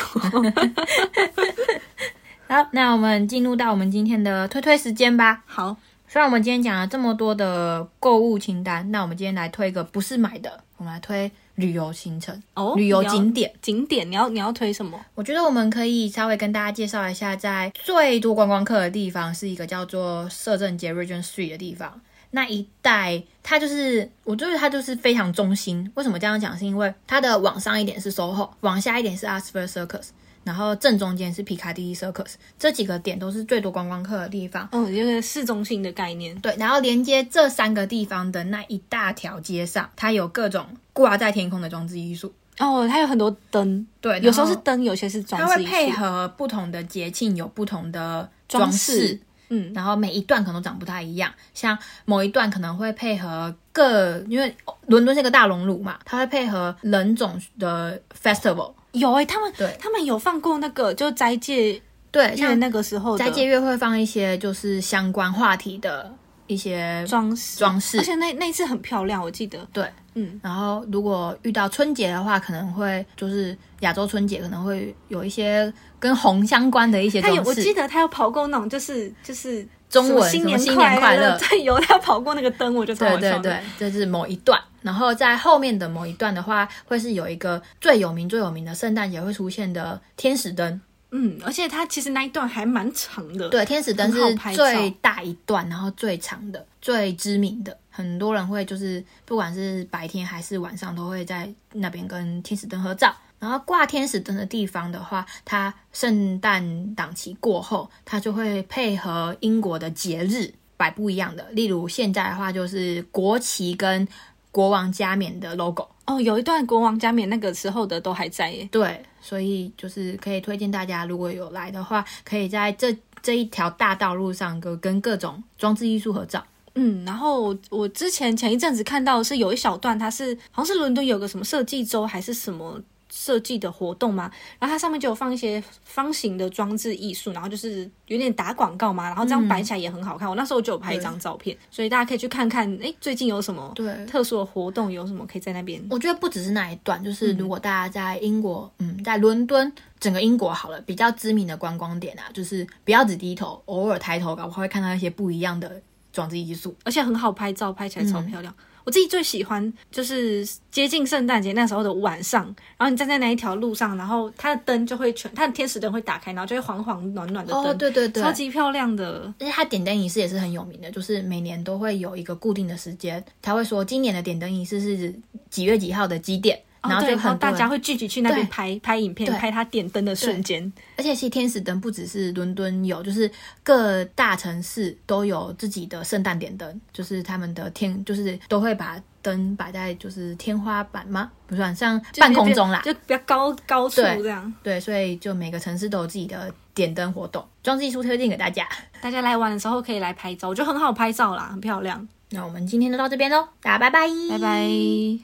[SPEAKER 1] 好，那我们进入到我们今天的推推时间吧。
[SPEAKER 2] 好，
[SPEAKER 1] 虽然我们今天讲了这么多的购物清单，那我们今天来推一个不是买的，我们来推旅游行程、
[SPEAKER 2] 哦，
[SPEAKER 1] 旅游
[SPEAKER 2] 你要
[SPEAKER 1] 景点。
[SPEAKER 2] 景点，你要你要推什么？
[SPEAKER 1] 我觉得我们可以稍微跟大家介绍一下，在最多观光客的地方是一个叫做摄政街 （Region Three） 的地方。那一带它就是，我觉得它就是非常中心。为什么这样讲？是因为它的往上一点是 SOHO，往下一点是 Oxford Circus，然后正中间是皮卡迪利 Circus，这几个点都是最多观光客的地方。
[SPEAKER 2] 嗯、有个市中心的概念。
[SPEAKER 1] 对，然后连接这三个地方的那一大条街上，它有各种挂在天空的装置艺术。
[SPEAKER 2] 哦，它有很多灯，
[SPEAKER 1] 对，
[SPEAKER 2] 有时候是
[SPEAKER 1] 然后
[SPEAKER 2] 灯，有些是装
[SPEAKER 1] 它
[SPEAKER 2] 饰
[SPEAKER 1] 会
[SPEAKER 2] 艺术。
[SPEAKER 1] 配合不同的节庆有不同的
[SPEAKER 2] 装
[SPEAKER 1] 装
[SPEAKER 2] 饰
[SPEAKER 1] 饰，
[SPEAKER 2] 嗯，
[SPEAKER 1] 然后每一段可能都长不太一样，像某一段可能会配合各，因为伦敦是一个大熔炉嘛，它会配合人种的 festival。
[SPEAKER 2] 有诶、他们
[SPEAKER 1] 对
[SPEAKER 2] 他们有放过那个就斋戒
[SPEAKER 1] 对，
[SPEAKER 2] 月
[SPEAKER 1] 像
[SPEAKER 2] 那个时候的
[SPEAKER 1] 斋戒月会放一些就是相关话题的一些
[SPEAKER 2] 装饰
[SPEAKER 1] 装饰
[SPEAKER 2] 而且那那一次很漂亮，我记得。
[SPEAKER 1] 对，
[SPEAKER 2] 嗯，
[SPEAKER 1] 然后如果遇到春节的话，可能会就是亚洲春节可能会有一些跟红相关的一些
[SPEAKER 2] 他有
[SPEAKER 1] 装，
[SPEAKER 2] 我记
[SPEAKER 1] 饰。
[SPEAKER 2] 得他有跑过那种，就是就是
[SPEAKER 1] 中文
[SPEAKER 2] 什
[SPEAKER 1] 什
[SPEAKER 2] 么新
[SPEAKER 1] 么新年
[SPEAKER 2] 快
[SPEAKER 1] 快乐
[SPEAKER 2] 对，有他跑过那个灯，我就超
[SPEAKER 1] 对
[SPEAKER 2] 好
[SPEAKER 1] 对
[SPEAKER 2] 笑的
[SPEAKER 1] 对，这是某一段。然后在后面的某一段的话，会是有一个最有名最有名的圣诞节会出现的天使灯。
[SPEAKER 2] 嗯，而且他其实那一段还蛮长的，，
[SPEAKER 1] 对，天使灯
[SPEAKER 2] 很好
[SPEAKER 1] 是
[SPEAKER 2] 拍照
[SPEAKER 1] 最大一段，然后最长的、最知名的，很多人会就是不管是白天还是晚上，都会在那边跟天使灯合照。然后挂天使灯的地方的话，它圣诞档期过后，它就会配合英国的节日摆不一样的，例如现在的话就是国旗跟国王加冕的 logo。
[SPEAKER 2] 哦，有一段国王加冕那个时候的都还在耶，
[SPEAKER 1] 对，所以就是可以推荐大家，如果有来的话，可以在这这一条大道路上跟跟各种装置艺术合照。
[SPEAKER 2] 嗯，然后我我之前前一阵子看到是有一小段，它是好像是伦敦有个什么设计周还是什么。设计的活动嘛，然后它上面就有放一些方形的装置艺术，然后就是有点打广告嘛，然后这样摆起来也很好看。我那时候就有拍一张照片，所以大家可以去看看，哎，最近有什么
[SPEAKER 1] 对
[SPEAKER 2] 特殊的活动，有什么可以在那边
[SPEAKER 1] 我觉得不只是那一段，就是
[SPEAKER 2] 嗯
[SPEAKER 1] 如果大家在英国，嗯，在伦敦整个英国好了，比较知名的观光点啊，就是不要只低头，偶尔抬头，搞不好会看到一些不一样的装置艺术。
[SPEAKER 2] 而且很好拍照，拍起来
[SPEAKER 1] 嗯
[SPEAKER 2] 超漂亮。我自己最喜欢就是接近圣诞节那时候的晚上，然后你站在那一条路上，然后它的灯就会全，它的天使灯会打开，然后就会黄黄暖暖的灯，
[SPEAKER 1] 哦，对对对，
[SPEAKER 2] 超级漂亮的。
[SPEAKER 1] 而且它点灯仪式也是很有名的，就是每年都会有一个固定的时间，他会说今年的点灯仪式是几月几号的几点，然
[SPEAKER 2] 哦
[SPEAKER 1] 后
[SPEAKER 2] 对
[SPEAKER 1] 就
[SPEAKER 2] 然后
[SPEAKER 1] 很多
[SPEAKER 2] 大
[SPEAKER 1] 人
[SPEAKER 2] 家会聚集去那边
[SPEAKER 1] 对
[SPEAKER 2] 拍拍影片，
[SPEAKER 1] 对
[SPEAKER 2] 拍它点灯的瞬间。
[SPEAKER 1] 而且，其实天使灯不只是伦敦有，就是各大城市都有自己的圣诞点灯，就是他们的天，就是都会把灯摆在就是天花板吗？不算，像半空中啦。
[SPEAKER 2] 就比较高高处
[SPEAKER 1] 对
[SPEAKER 2] 这样。
[SPEAKER 1] 对，所以就每个城市都有自己的点灯活动，装置艺术推荐给大家。
[SPEAKER 2] 大家来玩的时候可以来拍照，我觉得很好拍照啦，很漂亮。
[SPEAKER 1] 那我们今天就到这边喽，大家拜拜，
[SPEAKER 2] 拜拜。